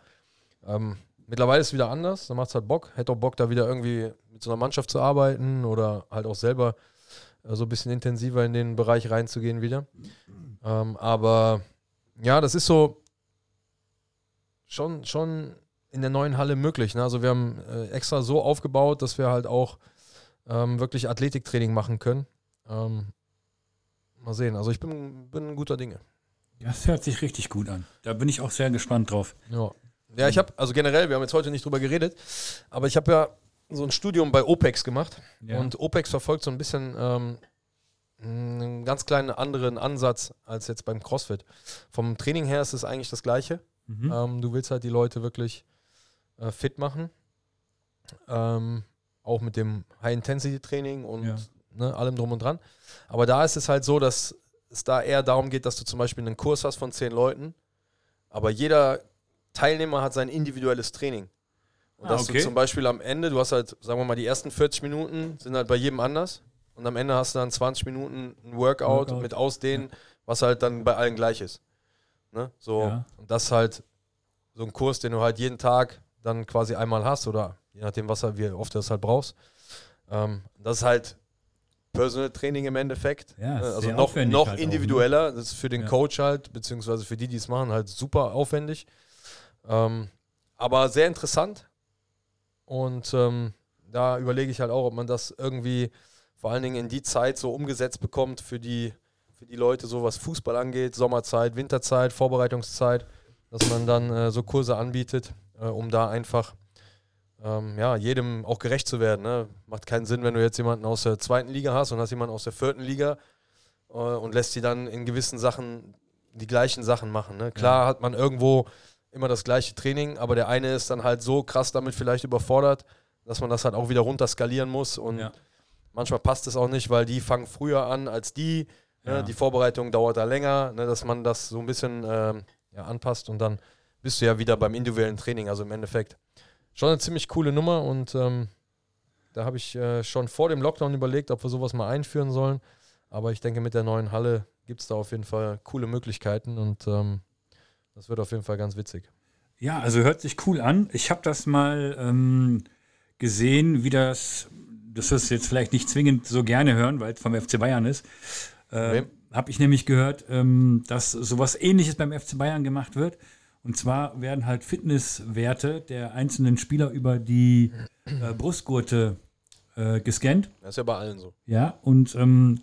Ähm, mittlerweile ist es wieder anders, da macht es halt Bock. Hätte auch Bock, da wieder irgendwie mit so einer Mannschaft zu arbeiten oder halt auch selber äh, so ein bisschen intensiver in den Bereich reinzugehen wieder. Ähm, aber ja, das ist so schon, schon in der neuen Halle möglich. Ne? Also wir haben äh, extra so aufgebaut, dass wir halt auch ähm, wirklich Athletiktraining machen können. Ähm, mal sehen. Also ich bin, bin guter Dinge.
Das hört sich richtig gut an. Da bin ich auch sehr gespannt drauf.
Ja, ja ich habe, also generell, wir haben jetzt heute nicht drüber geredet, aber ich habe ja so ein Studium bei OPEX gemacht.
Ja.
Und OPEX verfolgt so ein bisschen ähm, einen ganz kleinen anderen Ansatz als jetzt beim CrossFit. Vom Training her ist es eigentlich das gleiche.
Mhm.
Ähm, du willst halt die Leute wirklich äh, fit machen. Ähm, auch mit dem High-Intensity-Training und
Ja.
ne, allem drum und dran. Aber da ist es halt so, dass es da eher darum geht, dass du zum Beispiel einen Kurs hast von zehn Leuten, aber jeder Teilnehmer hat sein individuelles Training. Und
Ah,
dass
okay.
du zum Beispiel am Ende, du hast halt, sagen wir mal, die ersten 40 Minuten sind halt bei jedem anders. Und am Ende hast du dann 20 Minuten ein Workout,
Workout.
mit Ausdehnen, was halt dann bei allen gleich ist. Ne? So,
Ja.
und das ist halt so ein Kurs, den du halt jeden Tag dann quasi einmal hast oder je nachdem, was halt, wie oft du das halt brauchst. Ähm, das ist halt Personal Training im Endeffekt.
Ja,
Ne?
sehr
also noch,
aufwendig
noch
halt auch, ne?
individueller. Das ist für den
Ja.
Coach halt, beziehungsweise für die, die es machen, halt super aufwendig. Ähm, aber sehr interessant. Und ähm, da überlege ich halt auch, ob man das irgendwie vor allen Dingen in die Zeit so umgesetzt bekommt für die, für die Leute, so was Fußball angeht, Sommerzeit, Winterzeit, Vorbereitungszeit, dass man dann äh, so Kurse anbietet, äh, um da einfach ähm, ja, jedem auch gerecht zu werden. Ne? Macht keinen Sinn, wenn du jetzt jemanden aus der zweiten Liga hast und hast jemanden aus der vierten Liga äh, und lässt sie dann in gewissen Sachen die gleichen Sachen machen. Ne? Klar hat man irgendwo immer das gleiche Training, aber der eine ist dann halt so krass damit vielleicht überfordert, dass man das halt auch wieder runter skalieren muss und
Ja.
manchmal passt es auch nicht, weil die fangen früher an als die.
Ja.
Ne? Die Vorbereitung dauert da länger, ne? dass man das so ein bisschen ähm, ja, anpasst und dann bist du ja wieder beim individuellen Training. Also im Endeffekt schon eine ziemlich coole Nummer und ähm, da habe ich äh, schon vor dem Lockdown überlegt, ob wir sowas mal einführen sollen. Aber ich denke, mit der neuen Halle gibt es da auf jeden Fall coole Möglichkeiten und ähm, das wird auf jeden Fall ganz witzig.
Ja, also hört sich cool an. Ich habe das mal ähm, gesehen, wie das, das ist jetzt vielleicht nicht zwingend so gerne hören, weil es vom FC Bayern ist. Äh,
Wem?
habe ich nämlich gehört, ähm, dass sowas ähnliches beim FC Bayern gemacht wird. Und zwar werden halt Fitnesswerte der einzelnen Spieler über die äh, Brustgurte äh, gescannt.
Das ist ja bei allen so.
Ja, und ähm,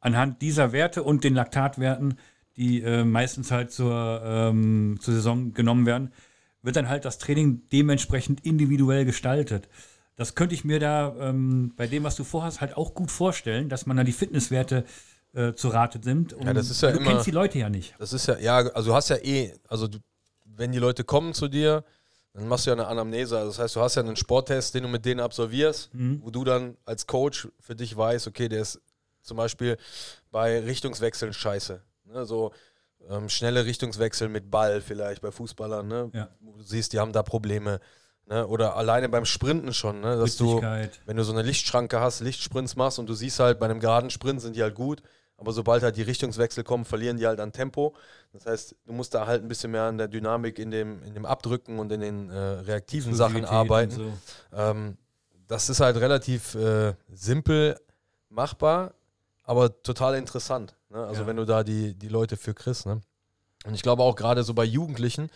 anhand dieser Werte und den Laktatwerten, die äh, meistens halt zur, ähm, zur Saison genommen werden, wird dann halt das Training dementsprechend individuell gestaltet. Das könnte ich mir da ähm, bei dem, was du vorhast, halt auch gut vorstellen, dass man da die Fitnesswerte äh, zu Rate nimmt. Und
Ja, das ist ja
du
immer-
kennst die Leute ja nicht.
Das ist ja, ja, also du hast ja eh, also du, wenn die Leute kommen zu dir, dann machst du ja eine Anamnese. Also das heißt, du hast ja einen Sporttest, den du mit denen absolvierst, wo du dann als Coach für dich weißt, okay, der ist zum Beispiel bei Richtungswechseln scheiße. Ne? So ähm, schnelle Richtungswechsel mit Ball vielleicht bei Fußballern, ne?
Ja.
wo du siehst, die haben da Probleme. Ne? Oder alleine beim Sprinten schon, ne? dass du,
Witzigkeit.
wenn du so eine Lichtschranke hast, Lichtsprints machst und du siehst halt, bei einem geraden Sprint sind die halt gut, Aber sobald halt die Richtungswechsel kommen, verlieren die halt an Tempo. Das heißt, du musst da halt ein bisschen mehr an der Dynamik in dem, in dem Abdrücken und in den äh, reaktiven Sachen
Explosivität
arbeiten.
und so.
Ähm, das ist halt relativ äh, simpel machbar, aber total interessant. Ne? Also
Ja.
wenn du da die, die Leute für kriegst. Ne? Und ich glaube auch gerade so bei Jugendlichen,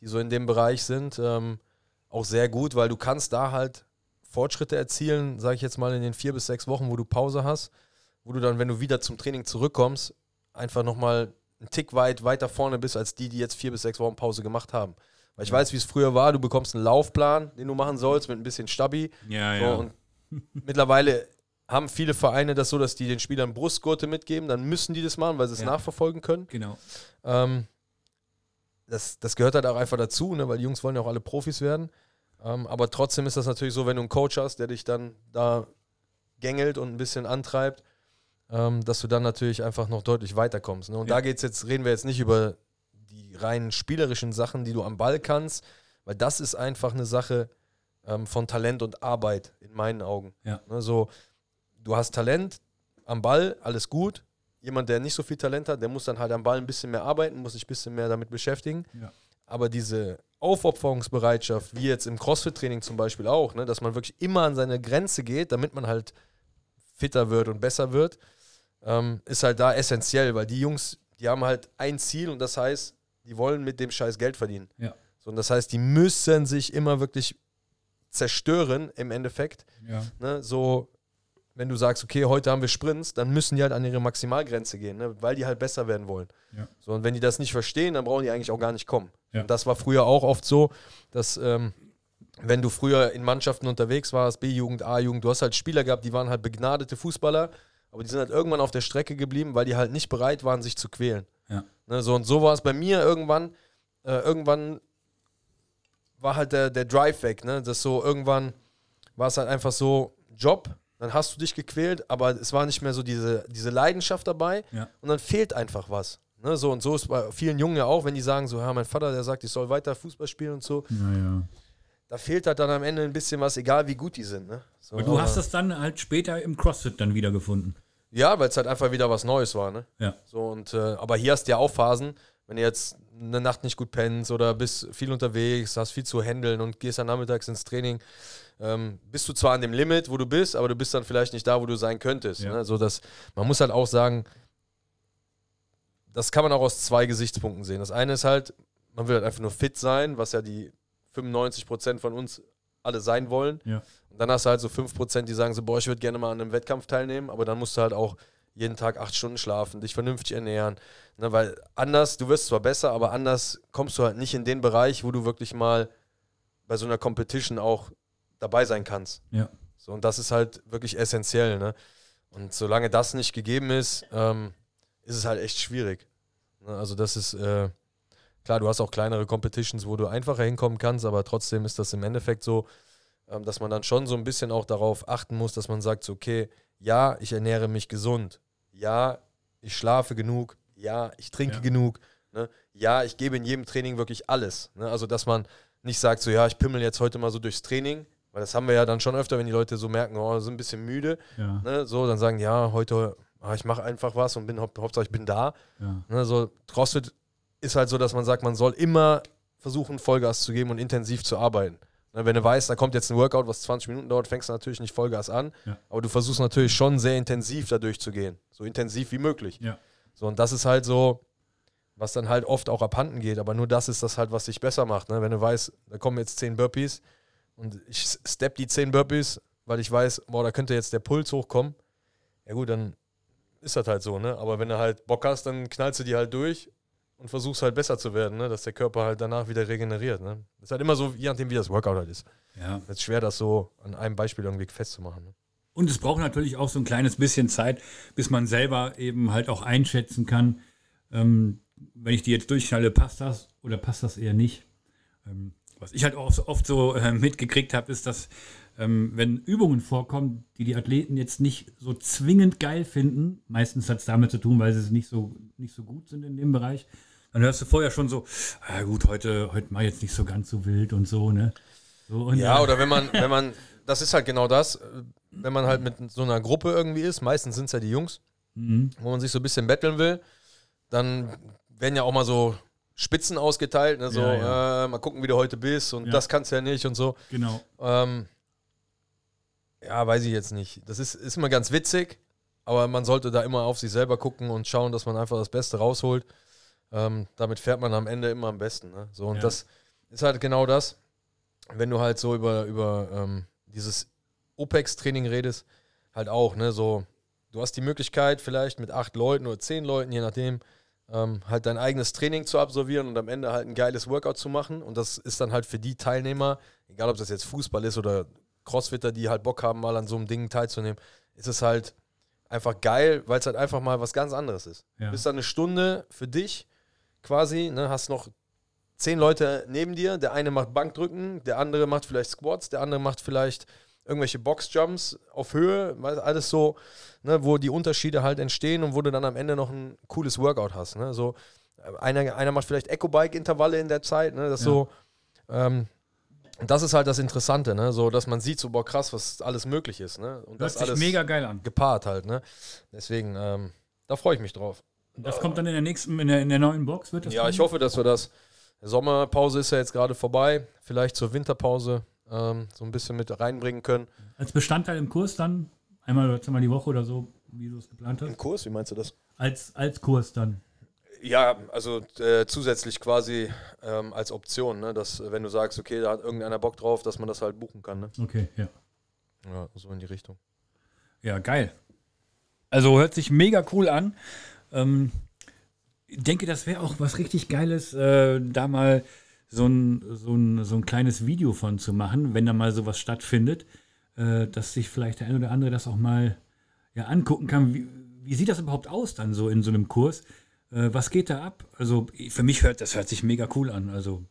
die so in dem Bereich sind, ähm, auch sehr gut, weil du kannst da halt Fortschritte erzielen, sage ich jetzt mal in den vier bis sechs Wochen, wo du Pause hast, wo du dann, wenn du wieder zum Training zurückkommst, einfach nochmal einen Tick weit weiter vorne bist als die, die jetzt vier bis sechs Wochen Pause gemacht haben. Weil ich weiß, wie es früher war, du bekommst einen Laufplan, den du machen sollst mit ein bisschen Stabi.
Ja,
So,
ja.
und mittlerweile haben viele Vereine das so, dass die den Spielern Brustgurte mitgeben, dann müssen die das machen, weil sie es
Ja.
nachverfolgen können.
genau.
Ähm, das, das gehört halt auch einfach dazu, ne? weil die Jungs wollen ja auch alle Profis werden. Ähm, aber trotzdem ist das natürlich so, wenn du einen Coach hast, der dich dann da gängelt und ein bisschen antreibt, ähm, dass du dann natürlich einfach noch deutlich weiterkommst. Ne? Und
Ja.
da geht's jetzt, reden wir jetzt nicht über die rein spielerischen Sachen, die du am Ball kannst, weil das ist einfach eine Sache ähm, von Talent und Arbeit in meinen Augen.
Ja.
Ne? So, du hast Talent am Ball, alles gut, jemand, der nicht so viel Talent hat, der muss dann halt am Ball ein bisschen mehr arbeiten, muss sich ein bisschen mehr damit beschäftigen.
Ja.
Aber diese Aufopferungsbereitschaft, wie jetzt im Crossfit-Training zum Beispiel auch, ne, dass man wirklich immer an seine Grenze geht, damit man halt fitter wird und besser wird, ähm, ist halt da essentiell, weil die Jungs, die haben halt ein Ziel und das heißt, die wollen mit dem Scheiß Geld verdienen.
Ja.
So, und das heißt, die müssen sich immer wirklich zerstören im Endeffekt,
Ja.
ne, so, wenn du sagst, okay, heute haben wir Sprints, dann müssen die halt an ihre Maximalgrenze gehen, ne, weil die halt besser werden wollen.
Ja.
So, und wenn die das nicht verstehen, dann brauchen die eigentlich auch gar nicht kommen.
Ja.
Und das war früher auch oft so, dass ähm, wenn du früher in Mannschaften unterwegs warst, B-Jugend, A-Jugend, du hast halt Spieler gehabt, die waren halt begnadete Fußballer, aber die sind halt irgendwann auf der Strecke geblieben, weil die halt nicht bereit waren, sich zu quälen.
Ja.
Ne, so und so war es bei mir irgendwann. Äh, irgendwann war halt der, der Drive weg, ne? Das so irgendwann war es halt einfach so Job, dann hast du dich gequält, aber es war nicht mehr so diese, diese Leidenschaft dabei
Ja.
und dann fehlt einfach was. Ne? So und so ist bei vielen Jungen ja auch, wenn die sagen so, ja, mein Vater, der sagt, ich soll weiter Fußball spielen und so,
Naja.
da fehlt halt dann am Ende ein bisschen was, egal wie gut die sind, ne? So,
Aber du hast
aber-
das dann halt später im CrossFit dann wiedergefunden.
Ja, weil es halt einfach wieder was Neues war, ne?
Ja.
So und äh, aber hier hast du ja auch Phasen, wenn du jetzt eine Nacht nicht gut pennst oder bist viel unterwegs, hast viel zu handeln und gehst dann nachmittags ins Training, ähm, bist du zwar an dem Limit, wo du bist, aber du bist dann vielleicht nicht da, wo du sein könntest.
Ja.
Ne? So dass man muss halt auch sagen, das kann man auch aus zwei Gesichtspunkten sehen. Das eine ist halt, man will halt einfach nur fit sein, was ja die 95 Prozent von uns alle sein wollen.
Ja.
Und dann hast du halt so 5%, die sagen so, boah, ich würde gerne mal an einem Wettkampf teilnehmen, aber dann musst du halt auch jeden Tag acht Stunden schlafen, dich vernünftig ernähren. Ne, weil anders, du wirst zwar besser, aber anders kommst du halt nicht in den Bereich, wo du wirklich mal bei so einer Competition auch dabei sein kannst.
Ja.
So, und das ist halt wirklich essentiell. Ne? Und solange das nicht gegeben ist, ähm, ist es halt echt schwierig. Ne, also das ist, äh, klar, du hast auch kleinere Competitions, wo du einfacher hinkommen kannst, aber trotzdem ist das im Endeffekt so, ähm, dass man dann schon so ein bisschen auch darauf achten muss, dass man sagt, so, okay, ja, ich ernähre mich gesund, ja, ich schlafe genug, ja, ich trinke
Ja.
genug, ne? ja, ich gebe in jedem Training wirklich alles. Ne? Also, dass man nicht sagt, so, ja, ich pimmel jetzt heute mal so durchs Training, weil das haben wir ja dann schon öfter, wenn die Leute so merken, oh, sind ein bisschen müde,
Ja.
ne? so, dann sagen, ja, heute, ah, ich mache einfach was und bin, hau Hauptsache ich bin da.
ja.
Ne, so CrossFit ist halt so, dass man sagt, man soll immer versuchen, Vollgas zu geben und intensiv zu arbeiten. Ne, wenn du weißt, da kommt jetzt ein Workout, was 20 Minuten dauert, fängst du natürlich nicht Vollgas an,
Ja.
aber du versuchst natürlich schon sehr intensiv da durchzugehen. So intensiv wie möglich.
Ja.
So, und das ist halt so, was dann halt oft auch abhanden geht, aber nur das ist das halt, was dich besser macht. Ne? Wenn du weißt, da kommen jetzt 10 Burpees und ich step die 10 Burpees, weil ich weiß, boah, da könnte jetzt der Puls hochkommen. Ja gut, dann ist das halt so, ne? Aber wenn du halt Bock hast, dann knallst du die halt durch und versuchst halt besser zu werden, ne? Dass der Körper halt danach wieder regeneriert, ne? Ist halt immer so, je nachdem, wie das Workout halt ist.
ja.
Es ist schwer, das so an einem Beispiel irgendwie festzumachen. Ne?
Und es braucht natürlich auch so ein kleines bisschen Zeit, bis man selber eben halt auch einschätzen kann, ähm, wenn ich die jetzt durchschnalle, passt das oder passt das eher nicht. Ähm, was ich halt auch so- oft so äh, mitgekriegt habe, ist, dass ähm, wenn Übungen vorkommen, die die Athleten jetzt nicht so zwingend geil finden, meistens hat es damit zu tun, weil sie es nicht so, nicht so gut sind in dem Bereich, dann hörst du vorher schon so, ah, gut, heute, heute mal jetzt nicht so ganz so wild und so, ne? So, und,
Ja,
äh,
oder wenn man, wenn man, das ist halt genau das, äh, wenn man halt mit so einer Gruppe irgendwie ist, meistens sind es ja die Jungs,
Mhm.
wo man sich so ein bisschen betteln will, dann werden ja auch mal so Spitzen ausgeteilt, ne? so
Ja,
Äh, mal gucken, wie du heute bist und
Ja.
das kannst du ja nicht und so.
Genau.
Ähm, ja, weiß ich jetzt nicht. Das ist, ist immer ganz witzig, aber man sollte da immer auf sich selber gucken und schauen, dass man einfach das Beste rausholt. Ähm, damit fährt man am Ende immer am besten. Ne? So, und
Ja.
das ist halt genau das, wenn du halt so über, über ähm, dieses OPEX-Training redest, halt auch, ne, so, du hast die Möglichkeit, vielleicht mit acht Leuten oder zehn Leuten, je nachdem, ähm, halt dein eigenes Training zu absolvieren und am Ende halt ein geiles Workout zu machen. Und das ist dann halt für die Teilnehmer, egal ob das jetzt Fußball ist oder Crossfitter, die halt Bock haben, mal an so einem Ding teilzunehmen, ist es halt einfach geil, weil es halt einfach mal was ganz anderes ist.
Ja.
Du bist dann eine Stunde für dich quasi, ne, hast noch zehn Leute neben dir, der eine macht Bankdrücken, der andere macht vielleicht Squats, der andere macht vielleicht irgendwelche Boxjumps auf Höhe, weiß- alles so, ne, wo die Unterschiede halt entstehen und wo du dann am Ende noch ein cooles Workout hast. Ne? So, äh, einer, einer macht vielleicht Echo-Bike-Intervalle in der Zeit, ne? Das
Ja.
so, ähm, das ist halt das Interessante, ne? So, dass man sieht, so boah, krass, was alles möglich ist, ne? Und
Hört
das
sich
alles
mega geil an.
gepaart halt, ne? Deswegen, ähm, da freue ich mich drauf.
Das kommt dann in der nächsten, in der, in der neuen Box, wird das
Ja,
kommen?
ich hoffe, dass wir das. Sommerpause ist ja jetzt gerade vorbei. Vielleicht zur Winterpause ähm, so ein bisschen mit reinbringen können.
Als Bestandteil im Kurs dann, einmal oder zweimal die Woche oder so, wie du es geplant hast.
Kurs, wie meinst du das?
Als, als Kurs dann.
Ja, also äh, zusätzlich quasi ähm, als Option, ne? dass äh, wenn du sagst, okay, da hat irgendeiner Bock drauf, dass man das halt buchen kann. Ne?
Okay, ja.
Ja, so in die Richtung.
Ja, geil. Also hört sich mega cool an. Ähm, ich denke, das wäre auch was richtig Geiles, äh, da mal so ein, so, ein, so ein kleines Video von zu machen, wenn da mal sowas stattfindet, äh, dass sich vielleicht der ein oder andere das auch mal ja, angucken kann. Wie, wie sieht das überhaupt aus dann so in so einem Kurs? Äh, was geht da ab? Also für mich hört das hört sich mega cool an. Also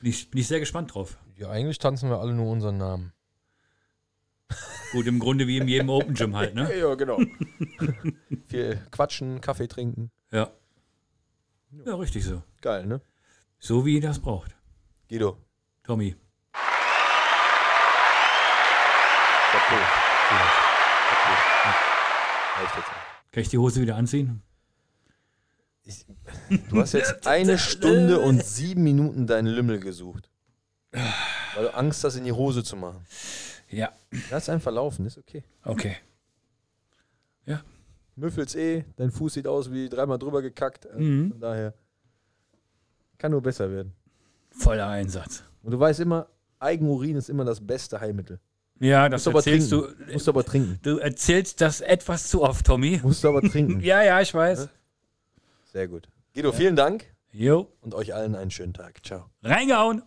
bin ich, bin ich sehr gespannt drauf.
Ja, eigentlich tanzen wir alle nur unseren Namen.
Gut, im Grunde wie in jedem Open Gym halt, ne?
Ja, genau. <laughs> Viel quatschen, Kaffee trinken.
Ja. Ja, richtig so.
Geil, ne?
So wie ihr das braucht.
Guido.
Tommy.
Chapeau. Chapeau. Reicht jetzt.
Kann ich die Hose wieder anziehen?
Ich, du hast
<laughs>
jetzt eine Stunde und sieben Minuten deinen Lümmel gesucht. Weil du Angst hast, in die Hose zu machen.
Ja.
Lass einfach laufen, ist okay.
Okay.
Müffels eh, dein Fuß sieht aus wie dreimal drüber gekackt. Also
Mhm.
Von daher kann nur besser werden.
Voller Einsatz.
Und du weißt immer, Eigenurin ist immer das beste Heilmittel.
Ja, das
Musst du aber
erzählst du. äh,
trinken. Musst du aber trinken.
Du erzählst das etwas zu oft, Tommy.
Musst
<laughs>
du aber trinken.
Ja, ja, ich weiß.
Sehr gut. Guido, vielen Dank
Jo.
und euch allen einen schönen Tag. Ciao.
Reingehauen.